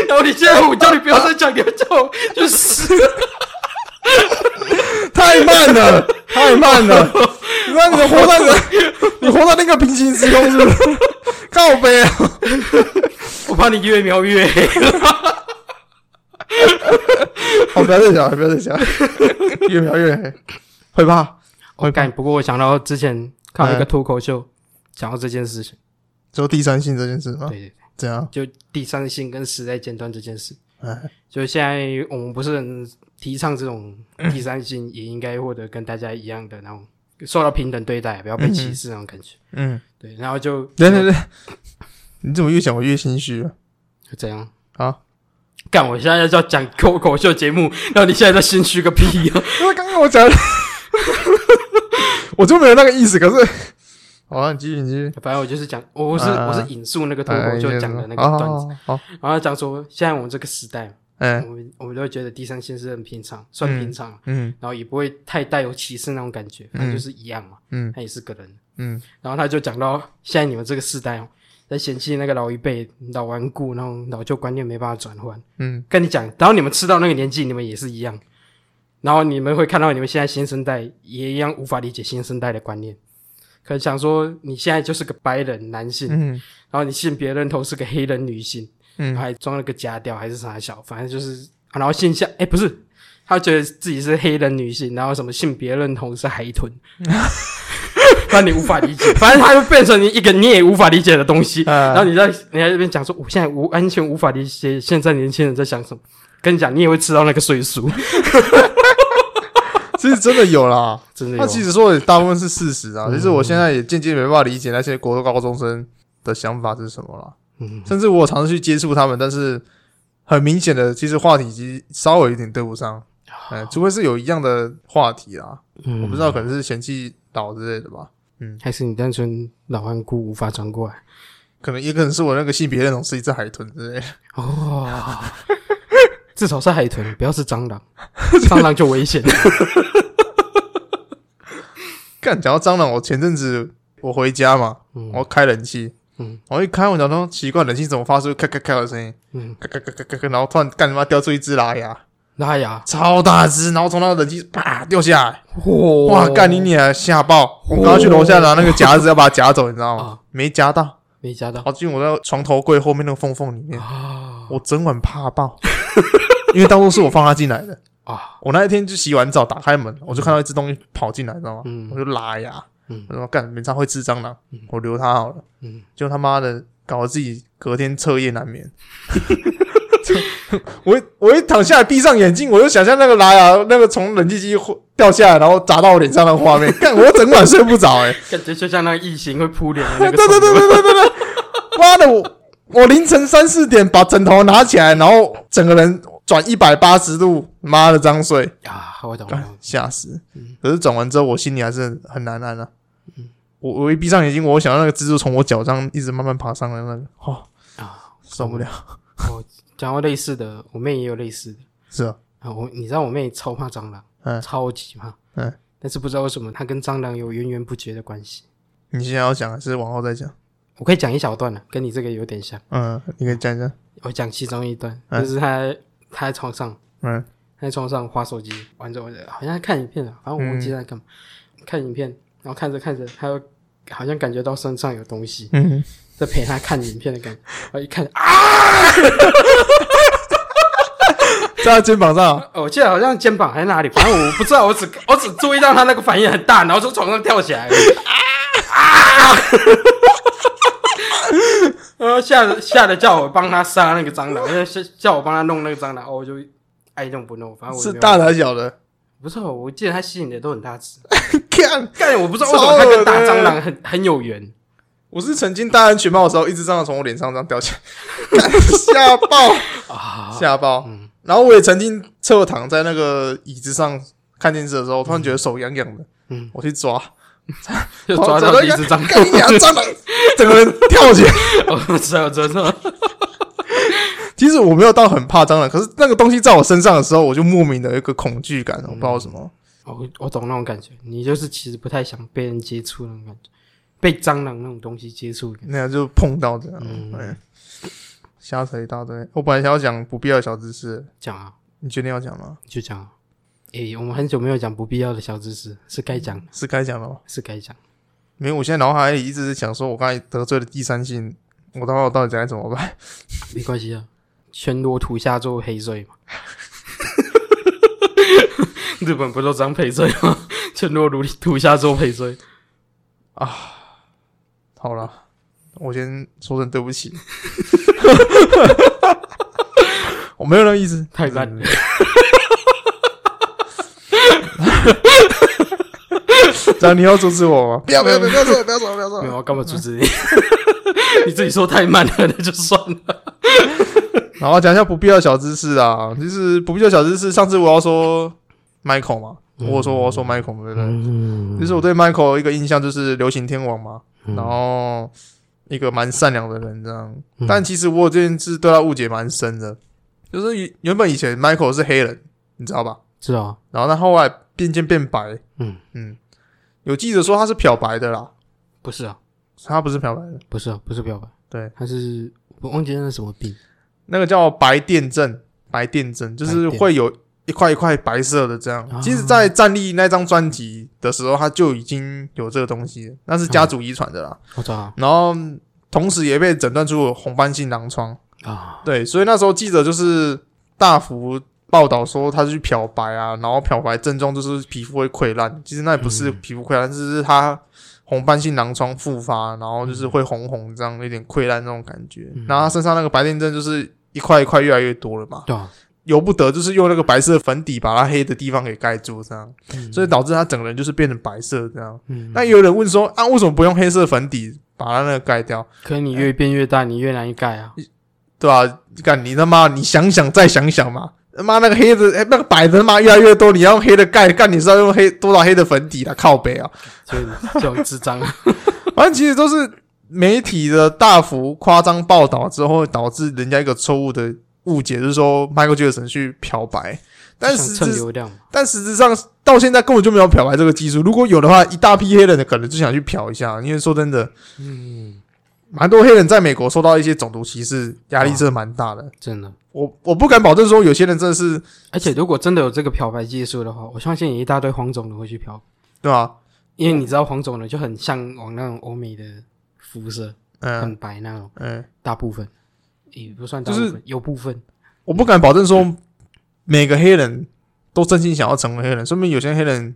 然后你现在我叫你不要再讲，你要叫我就死。
太慢 了，太慢了！你看你活在人， 你活在那个平行时空是不 是？靠北啊！
我怕你越描越黑。
好，不要再讲了，不要再讲了， 越描越黑，会怕？
我干，不过我想到之前看了一个脱口
啊
秀，讲到这件事情，
说第三性这件事吗？
对对
怎样？
对，就第三性跟时代尖端这件事。
哎。
就现在我们不是很提倡这种第三性，也应该获得跟大家一样的那种受到平等对待，不要被歧视那种感觉。
嗯，
对，然后就
对对对，你怎么越讲我越心虚啊了？
就这样。
啊，
干！我现在要讲脱口秀节目，然后你现在在心虚个屁 啊！
因为刚刚我讲的，我就没有那个意思。可是， 好啊，你继续，你继续。
反正我就是讲，我我是、
啊
我是引述那个脱口
哎
秀
你
讲的那
先
个
说好
段
好
子，
好，好
然后讲说现在我们这个时代，
哎
我，们我们都会觉得第三性是很平常，算平常了，
嗯
然后也不会太带有歧视那种感觉，反正就是一样嘛，
嗯
他也是个人。
嗯，
然后他就讲到现在你们这个时代哦，在嫌弃那个老一辈老顽固，然后老旧观念没办法转换。
嗯，
跟你讲，然后你们吃到那个年纪，你们也是一样，然后你们会看到你们现在新生代也一样无法理解新生代的观念，可能想说你现在就是个白人男性，
嗯
然后你性别认同是个黑人女性，
嗯
还装了个假屌还是啥小，反正就是，啊然后性向，哎，不是，他觉得自己是黑人女性，然后什么性别认同是海 豚，那你无法理解，反正他就变成你一个你也无法理解的东西，
嗯
然后你在你在这边讲说，我现在无完全无法理解现在年轻人在想什么。跟你讲，你也会吃到那个岁数，
其实真的有啦。
真的有。嗯
他其实说的大部分是事实啊，其实我现在也渐渐没办法理解那些国高中生的想法是什么啦。
嗯，
甚至我有尝试去接触他们，但是很明显的，其实话题其实稍微有点对不
啊
上，哎、除非是有一样的话题啦，我
我
不知道可能是嫌弃老之类的吧，
嗯还是你单纯老顽固无法转过来。
可能也可能是我那个性别认同是一只海豚之类的，
哦，至少是海豚，不要是 蟑螂，蟑螂就危险。
干，讲到蟑螂，我前阵子我回家嘛，
嗯
我开冷气，
嗯，
我一开，我想说奇怪，冷气怎么发出咔咔咔的声音，
嗯，
咔咔咔咔咔咔，然后突然干他妈掉出一只拉牙，
拉牙，
超大只，然后从那冷气啪掉下来，
哇
哇，干你娘，吓爆！我刚刚去楼下拿那个夹子要把它夹走，你知道
啊
吗？没夹到，
没夹到
跑进我那床头柜后面那个缝缝里面，
啊
我整晚怕爆， 因为当初是我放它进来的。
啊！
我那一天就洗完澡打开门，我就看到一只东西跑进来，你知道吗？
嗯
我就拉牙，
嗯
我说干，没他会吃蟑螂
嗯，
我留它好了。
嗯，
就他妈的搞得自己隔天彻夜难眠。 我一我一躺下来闭上眼睛，我就想象那个拉牙那个从冷气机掉下来，然后砸到我脸上的画面，干我整晚睡不着哎、欸
感觉就像那个异形会扑脸的那
对
个。
对对对对对对，妈的我我凌晨三四点把枕头拿起来，然后整个人转一百八十度，妈的张睡。
啊，我懂我
干
懂。
吓死
嗯！
可是转完之后，我心里还是很难安啊。我我一闭上眼睛，我想到那个蜘蛛从我脚上一直慢慢爬上来，那个哦
啊，
受不了，
讲到类似的，我妹也有类似的
是啊，
啊。我你知道我妹超怕蟑螂，
嗯
超级怕，
嗯。
但是不知道为什么她跟蟑螂有源源不绝的关系。
你现在要讲还是往后再讲？
我可以讲一小段了，跟你这个有点像。
嗯，你可以讲一下。
我讲其中一段，
嗯
就是她她在床上，
嗯
她在床上划手机，玩着玩着，好像在看影片了，反正我忘记她在干嘛，看影片，然后看着看着，她又好像感觉到身上有东西，
嗯，
在陪她看影片的感觉。我一看，啊，
在他肩膀上啊，
我记得好像肩膀还是哪里，反正我不知道，我只我只注意到她那个反应很大，然后从床上跳起来了，啊啊！然后吓得吓得叫我帮她杀那个蟑螂，叫叫我帮她弄那个蟑螂，哦，我就爱弄不弄，反正我也
是
没有
大的还是小的？
不是，我记得他吸引的都很大只。
看，
干，我不知道为什么他跟大蟑螂很很有缘。
我是曾经戴安全帽的时候，一只蟑螂从我脸上这样掉下 来，干吓爆，
啊
吓爆。然后我也曾经侧躺在那个椅子上看电视的时候，突然觉得手痒痒的，
嗯，
我 去抓，
就抓哦到一只蟑螂，
干你娘蟑螂，整个人跳起来。
我知道，我知道。
其实我没有到很怕蟑螂，可是那个东西在我身上的时候，我就莫名的有一个恐惧感，
嗯
我不知道为什么。
我我懂那种感觉，你就是其实不太想被人接触那种感觉，被蟑螂那种东西接触的感觉。
那样就碰到这样，
嗯
哎，瞎扯一大堆。我本来想要讲不必要的小知识，
讲啊，
你决定要讲吗？
你就讲、啊。诶、我们很久没有讲不必要的小知识，是该讲的，
是该讲了吗？
是该讲。
没有，我现在脑海里一直是想说，我刚才得罪了第三性，我到底到底该怎么办？
没关系啊，全裸土下做赔罪 嘛。日本不都这样赔罪吗？全裸土土下做赔罪。
好了，我先说声对不起， 我没有那个意思，
太烂了。
这样你要阻止我吗？不要不要不要不要说不要说不要
没有，
说，
我干嘛阻止你？ 你自己说太慢了，那就算了。
然后讲一下不必要的小知识啊，就是不必要的小知识。上次我要说 Michael 嘛，我有说我要说 Michael 嘛对不对？
嗯
就是我对 Michael 一个印象就是流行天王嘛，然后一个蛮善良的人这样。
嗯
但其实我有这件事对他误解蛮深的，就是以原本以前 Michael 是黑人，你知道吧？
知道，啊
然后他后来渐渐变白，
嗯
嗯，有记者说他是漂白的啦，
不是啊，
他不是漂白的，
不是啊，不是表白，
对，
他是我忘记那是什么病，
那个叫白电症，白电症就是
白电
会有一块一块白色的这样
啊。
其实，在站立那张专辑的时候，他就已经有这个东西了，那是家族遗传的啦。
我知道啊
然后嗯同时也被诊断出有红斑性狼疮。
啊，
对，所以那时候记者就是大幅报道说他去漂白啊，然后漂白症状就是皮肤会溃烂，其实那也不是皮肤溃烂，就是他红斑性狼疮复发，然后就是会红红这样，有点溃烂那种感觉。
嗯
然后他身上那个白癜症就是一块一块越来越多了嘛，
对啊，
由不得就是用那个白色粉底把它黑的地方给盖住，这样，
嗯
所以导致他整个人就是变成白色这样。
嗯
那也有人问说啊，为什么不用黑色粉底把它那个盖掉，
可是你越变越大，你越难盖啊。
哎对吧、啊？干你他妈，你想想再想想嘛，他妈那个黑的，哎，那个白的他妈越来越多，你要用黑的盖，干你是要用黑多少黑的粉底啊？靠北啊！
所以你这种智障，啊
反正其实都是媒体的大幅夸张报道之后，导致人家一个错误的误解，就是说 Michael Jackson 去漂白， 但
想
实
蹭
质
流量嘛。
但实质上到现在根本就没有漂白这个技术。如果有的话，一大批黑人可能就想去漂一下，因为说真的，
嗯，
蛮多黑人在美国受到一些种族歧视，压力真的蛮大的。
真的。
我我不敢保证说有些人真的是
而且如果真的有这个漂白技术的话，我相信也一大堆黄种人会去漂，
对吧？
因为你知道黄种人就很向往那种欧美的肤色，
嗯
很白那种，
嗯，
大部分也不算大
就
部
是
分，有部分。
我不敢保证说每个黑人都真心想要成为黑人，说明有些黑人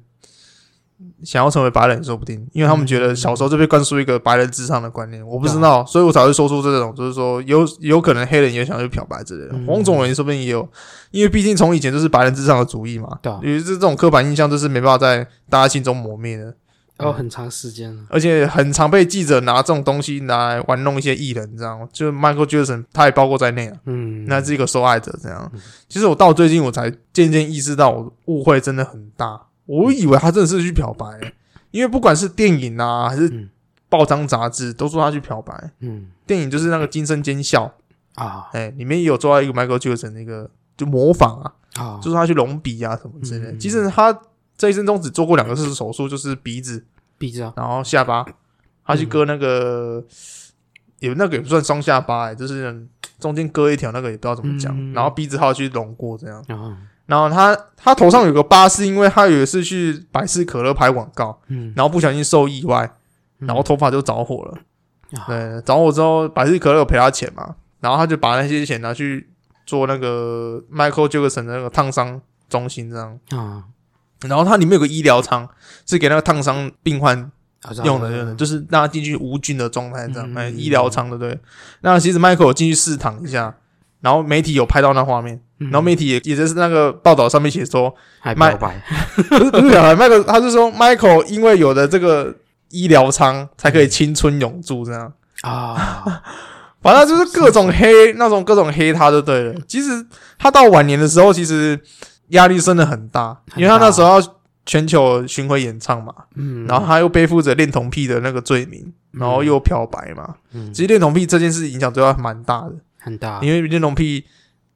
想要成为白人，说不定，因为他
嗯
们觉得小时候就被灌输一个白人至上的观念，我不
啊
知道，所以我才会说出这种，就是说有有可能黑人也想去漂白之类的
嗯，
黄种人说不定也有，因为毕竟从以前就是白人至上的主义嘛，
对啊
因为这种刻板印象就是没办法在大家心中磨灭的。
然后很长时间了，
而且很常被记者拿这种东西拿来玩弄一些艺人，这样就 Michael Jackson 他也包括在内啊，
嗯，
那是一个受害者这样。其实我到最近我才渐渐意识到，我误会真的很大，我以为他真的是去漂白、因为不管是电影啊还是
嗯
报章杂志都说他去漂白。
嗯
电影就是那个《金声尖笑》，
啊
哎、里面也有做到一个 Michael Jackson 的一个就模仿啊，
啊，
就是他去隆鼻啊什么之类的。
嗯
其实他这一生中只做过两个次手术，就是鼻子
必知啊，
然后下巴，他去
嗯
割那个，也那个也不算双下巴、欸，就是中间割一条，那个也不知道怎么讲。
嗯
然后鼻子还有去隆过这样，
啊，
然后他他头上有个疤，是因为他有一次去百事可乐拍广告，
嗯，
然后不小心受意外，然后头发就着火了。
啊
对，着火之后，百事可乐有赔他钱嘛，然后他就把那些钱拿去做那个 Michael Jackson 的那个烫伤中心这样。
啊，
然后它里面有个医疗舱，是给那个烫伤病患
我知道
用的
我知
用的，
道
就是让他进去无菌的状态，这样，
嗯
哎、
嗯
医疗舱的对。那其实 Michael 有进去试躺一下，然后媒体有拍到那画面，
嗯
然后媒体也也就是那个报道上面 写说，
还
卖
漂白，
不是不是啊，Michael 他是说 Michael 因为有了这个医疗舱才可以青春永驻这样。
啊，
反正就是各种黑那种各种黑他就对
嗯
了。其实他到晚年的时候，其实压力真的很大，因为他那时候要全球巡回演唱嘛，
嗯，
然后他又背负着恋童癖的那个罪名，然后又漂白嘛。
嗯
其实恋童癖这件事影响对他蛮大的，
很大，
因为恋童癖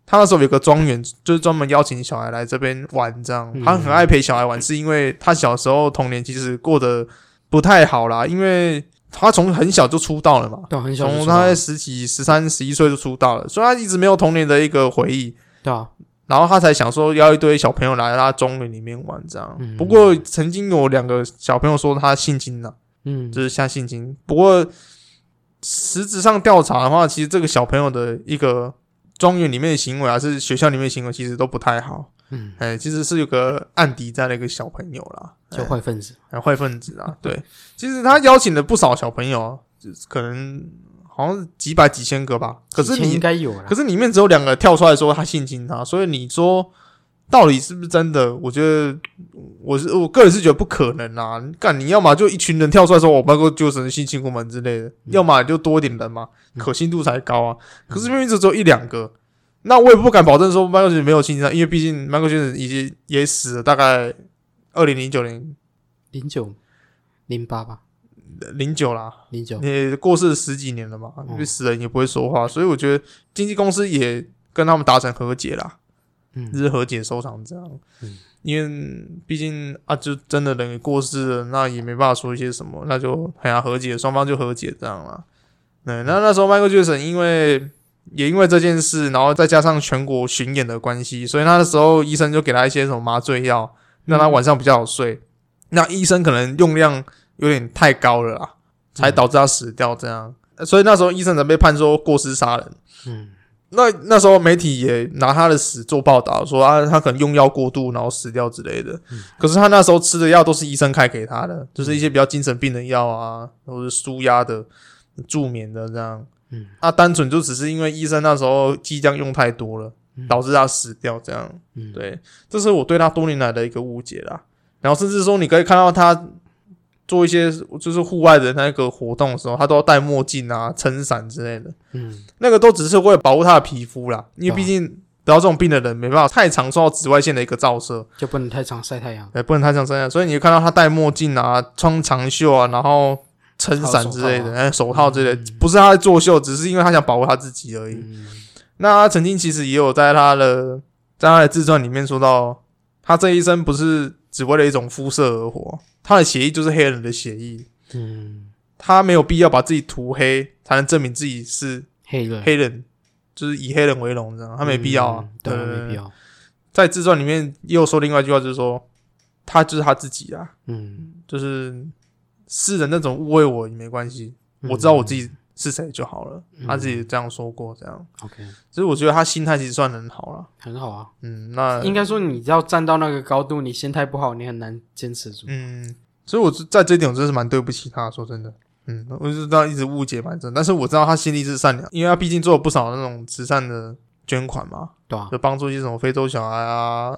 他那时候有个庄园，就是专门邀请小孩来这边玩，这样
嗯
他很爱陪小孩玩，是因为他小时候童年其实过得不太好啦，因为他从很小就出道了嘛。
对啊，很小就
从
知道
他在十几、十三、十一岁就出道了，所以他一直没有童年的一个回忆，
对啊，
然后他才想说邀一堆小朋友来他庄园里面玩这样。
嗯
不过曾经有两个小朋友说他性侵了、
嗯，
就是下性侵。不过实质上调查的话，其实这个小朋友的一个庄园里面的行为啊，是学校里面的行为，其实都不太好。
嗯，
哎，其实是有个案底在的一个小朋友啦，
就坏分子，
哎，坏分子啊。对，其实他邀请了不少小朋友，啊就是可能好像是几百几千个吧。可是
以前应
你，
该有啦
可，是里面只有两个跳出来说他性侵他，所以你说。到底是不是真的？我觉得我是我个人是觉得不可能啊！干你要么就一群人跳出来说我包括就是性侵我们之类的，要么就多一点人嘛，可信度才高啊。可是明明就只有一两个，那我也不敢保证说 Michael Jackson 没有性侵他，因为毕竟 Michael Jackson 已经也死了，大概二零零九年
零九零八吧，
零九啦，
零九，
你过世十几年了嘛，
嗯
因为死人也不会说话，所以我觉得经纪公司也跟他们达成和解啦，就
嗯
是和解收场这样。
嗯
因为毕竟啊，就真的人也过世了，那也没办法说一些什么，那就哎呀和解，双方就和解这样啦。对，那那时候迈克尔·杰森因为也因为这件事，然后再加上全国巡演的关系，所以那时候医生就给他一些什么麻醉药，让他晚上比较好睡。那医生可能用量有点太高了啦，才导致他死掉这样。所以那时候医生才被判说过失杀人。
嗯
那那时候媒体也拿他的死做报道，说啊他可能用药过度，然后死掉之类的。
嗯
可是他那时候吃的药都是医生开给他的，就是一些比较精神病的药啊，或者舒压的、助眠的这样。
嗯，
他单纯就只是因为医生那时候剂量用太多了，
嗯
导致他死掉这样。
嗯，
对，这是我对他多年来的一个误解啦。然后甚至说，你可以看到他做一些就是户外的那个活动的时候，他都要戴墨镜啊、撑伞之类的，
嗯，
那个都只是为了保护他的皮肤啦，因为毕竟得到这种病的人没办法太常受到紫外线的一个照射，
就不能太常晒太阳，
哎，不能太常晒太阳，所以你就看到他戴墨镜啊、穿长袖啊，然后撑伞之类的，哎，手套之类的，不是他在作秀，只是因为他想保护他自己而已。
嗯，
那他曾经其实也有在他的在他的自传里面说到，他这一生不是只为了一种肤色而活，他的血裔就是黑人的血裔，
嗯，
他没有必要把自己涂黑才能证明自己是
黑人，
黑人，就是以黑人为荣，这样他没必要啊
嗯，对啊，没必
对。
要，
在自传里面也有说另外一句话，就是说他就是他自己啊，
嗯，
就是世人那种误会我也没关系，我知道我自己是谁就好了。
嗯
他自己这样说过，这样，
OK，
所以我觉得他心态其实算很好了。
很好啊。
嗯，那
应该说，你要站到那个高度，你心态不好，你很难坚持住。
嗯，所以我在这一点我真是蛮对不起他，说真的。嗯，我就知道一直误解蛮深，但是我知道他心里是善良，因为他毕竟做了不少那种慈善的捐款嘛，
对啊，
就帮助一些什么非洲小孩啊、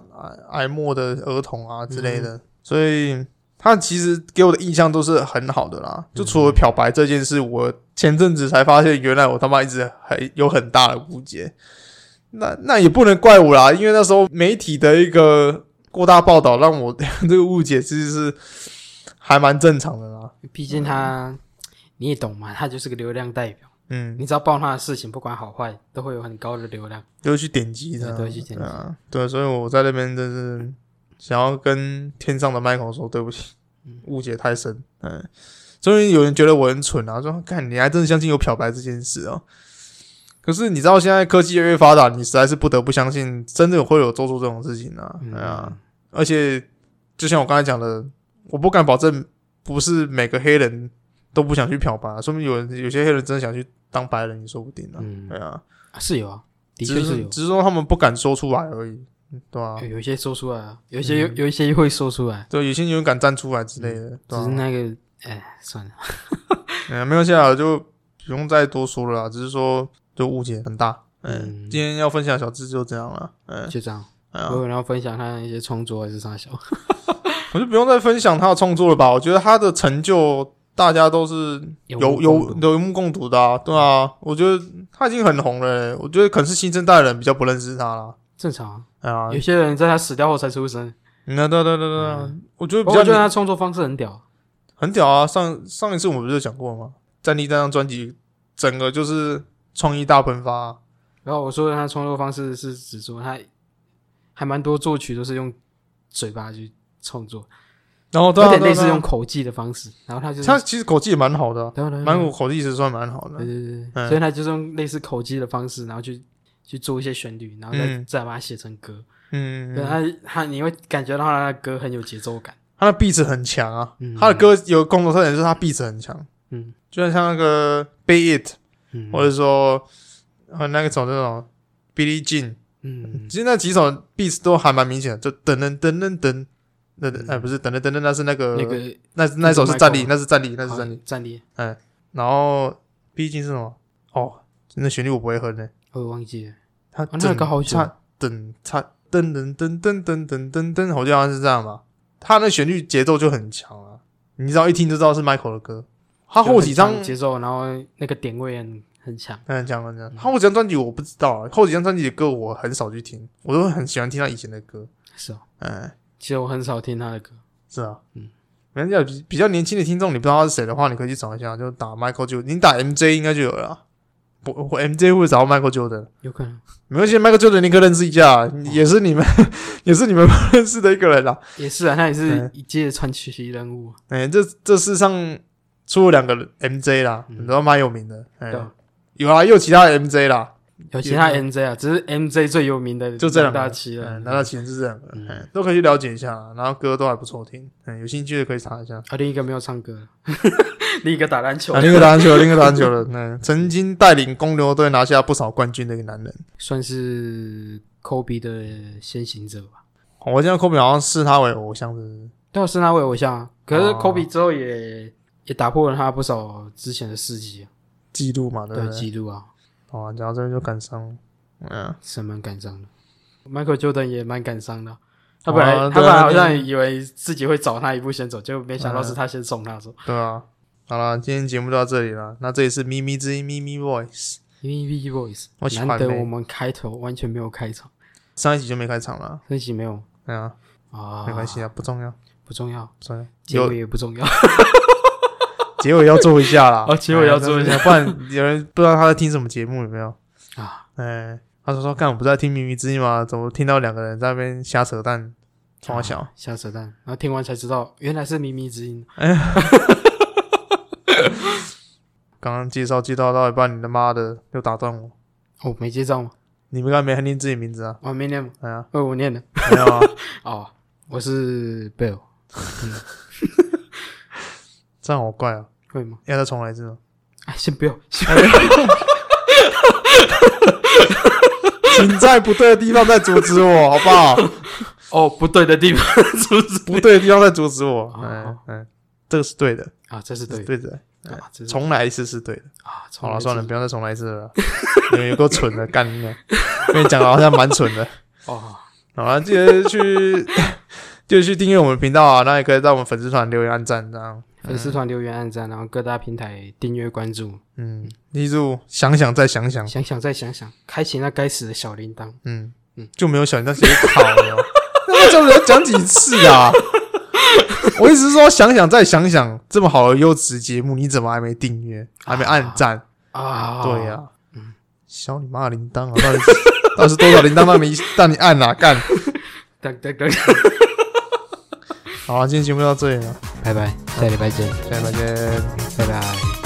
癌癌末的儿童啊之类的，所以他其实给我的印象都是很好的啦。就除了漂白这件事，我前阵子才发现，原来我他妈一直还有很大的误解。那那也不能怪我啦，因为那时候媒体的一个过大报道，让我 这个误解其实是还蛮正常的啦。
毕竟他，你也懂嘛，他就是个流量代表。
嗯，
你只要报他的事情，不管好坏，都会有很高的流量。
就会去点击的，
对都会去点击
对啊，对，所以我在那边真是想要跟天上的 Michael 说对不起，误解太深。嗯，终于有人觉得我很蠢啊，说看你还真的相信有漂白这件事哦。可是你知道现在科技越来越发达，你实在是不得不相信，真的会有做出这种事情啊。
嗯
对啊，而且就像我刚才讲的，我不敢保证不是每个黑人都不想去漂白啊，说明有人有些黑人真的想去当白人也说不定啊。
嗯
对啊，
啊是有啊，的
只
确是
是
有。
只是说他们不敢说出来而已，嗯对吧、
有有一些说出来啊，有一些
嗯
有有一些会说出来，
对，有些人敢站出来之类
嗯
的，
只
对啊吧、
是那个，哎，算了，
嗯，没关系啊，就不用再多说了啦，啊只是说就误解很大。嗯，
嗯
今天要分享的小智就这样了。嗯，
就这样。
哎呀
我有要分享他一些创作还是啥小，
我就不用再分享他的创作了吧？我觉得他的成就大家都是
有
有
目
有
共睹
有目共睹的、啊，对啊。我觉得他已经很红了、哎我觉得可能是新生代的人比较不认识他啦。
正常
哎呀
啊。，有些人在他死掉后才出生，
那对对对对，啊我觉得
嗯不过
比较
我觉得他创作方式很屌。
很屌啊！上上一次我们不是讲过吗？战力那张专辑，整个就是创意大喷发啊、
然后我说的他创作方式是指说他还蛮多作曲都是用嘴巴去创作，
然后对
有
啊，
点
对啊
类似
对啊
用口技的方式。然后他就是
他其实口技也蛮好的啊、
对啊对啊
蛮
对
我
啊
口技是算蛮好的
对
啊。
对对
嗯
对，所以他就是用类似口技的方式，然后去去做一些旋律，然后再
嗯
再把它写成歌。
嗯，
对他他你会感觉到他的歌很有节奏感。
他的 beat 很强啊，
嗯
他的歌有共同特点就是他 beat 很强，
嗯
就像像那个 Be It，
嗯
或者说呃那个种那种 Billie Jean，
嗯
其实那几首 beat 都还蛮明显的，就噔噔噔噔噔。那哎不是噔噔噔噔，那是那个
那个
那那首是站立，
Michael
那是站呃立，那是站立
好。站立，
然后毕竟是什么？哦，那旋律我不会哼呢、
我忘记了。
它
哦那个好久
差等差噔噔噔噔噔噔噔噔，好像是这样吧。它那旋律节奏就很强啊，你知道一听就知道是 Michael 的歌。他后几张
就很长节奏，然后那个点位很很强。
嗯，讲讲讲，他后几张专辑我不知道、啊，后几张专辑的歌我很少去听，我都很喜欢听他以前的歌。
是哦，
嗯，
其实我很少听他的歌。
是啊，
嗯，
人家比比较年轻的听众，你不知道他是谁的话，你可以去找一下，就打 Michael Jordan，你打 MJ 应该就有了啊。我我 MJ 会不会找到 Michael Jordan？
有可 能
没关系，Michael Jordan 你可以认识一下，也是你们 也是你们不认识的一个人啦。
也是啊，他也
对
是一届传奇人物啊，
哎、这这世上出了两个 MJ 啦，
嗯
你知道蛮有名的。哎、
对啊
有啊，也有其他的 MJ 啦，
有其他 MJ 啊，只是 MJ 最有名的
就这两个
大旗了
嗯，。那其实是这两个，
嗯
哎、都可以去了解一下啦，然后歌都还不错听，嗯、有兴趣的可以查一下。
啊，另一个没有唱歌， 另一个打篮球
啊，，另一个打 篮球，另一个打篮球的，嗯，曾经带领公牛队拿下不少冠军的一个男人。
算是 Kobe 的先行者吧。
哦我见到科比好像视他为偶像，是不是？
对啊，是他为偶像啊。可是
哦
Kobe 之后也也打破了他不少之前的事迹啊，
记录嘛，对不
对
对？
记录啊，
好啊，讲到这边就感伤了，嗯、
是蛮感伤的。Michael Jordan 也蛮感伤的啊，他本来、
哇
他
对啊
本来好
那
像以为自己会早他一步先走，结果没想到是他先送他走。
对啊，好了，今天节目就到这里了。那这里是咪咪之音咪咪 Voice，
V V Voice，
我喜欢
难得
妹
我们开头完全没有开场，
上一集就没开场了，
这集没有
对啊，
啊，
没关，系啊，不重要，
不重要，
不重要。
结
有
尾也不重要。
结尾要做一下 啦，
哦结尾要做一下
哎不然有人不知道他在听什么节目有没有？
啊，
哎，他说说，干，我不是在听咪咪之音吗？怎么听到两个人在那边瞎扯淡，
好
装小？
瞎扯淡，然后听完才知道原来是靡靡之音。
刚刚介绍介绍到一半，你他妈的又打断我，
哦，没接到吗？
你们刚才没念自己名字 啊？
我、没念吗？
哎呀，
哦，我念了。
没有啊，
哦，我是 Bill，
这样好怪啊，
会吗？
要再重来一 次吗？
哎，先不要，先
请在不对的地方再阻止我，好不好？
哦，不对的地方，是不是？
不对的地方再阻止我。
好
嗯嗯，这个是对的，
啊，这是
这
哦对
是
的
对的，
啊，这是
重来一次是对的。
啊，
好
重
了，
来
算了，
一次
不要再重来一次了啦。你们有够蠢的，干你娘！跟你讲的好像蛮蠢的。
哦，
好了，记得去，记得去订阅我们频道啊。那也可以在我们粉丝团留言、按赞这样。
粉丝团留言、按赞，然后各大平台订阅、关注，
嗯，记住，想想再想想。
想想再想想，开启那该死的小铃铛。
嗯嗯，就没有想到直接考了。那叫人讲几次啊？我一直说想想再想想，这么好的优质节目，你怎么还没订阅，还没按赞？
啊，
对呀、、嗯小你妈的铃铛啊！到底是 到底是多少铃铛让你让你按啊？干！
等等等，
好啊，今天节目到这里了，
拜拜，下礼拜见，
下礼拜见。
拜拜。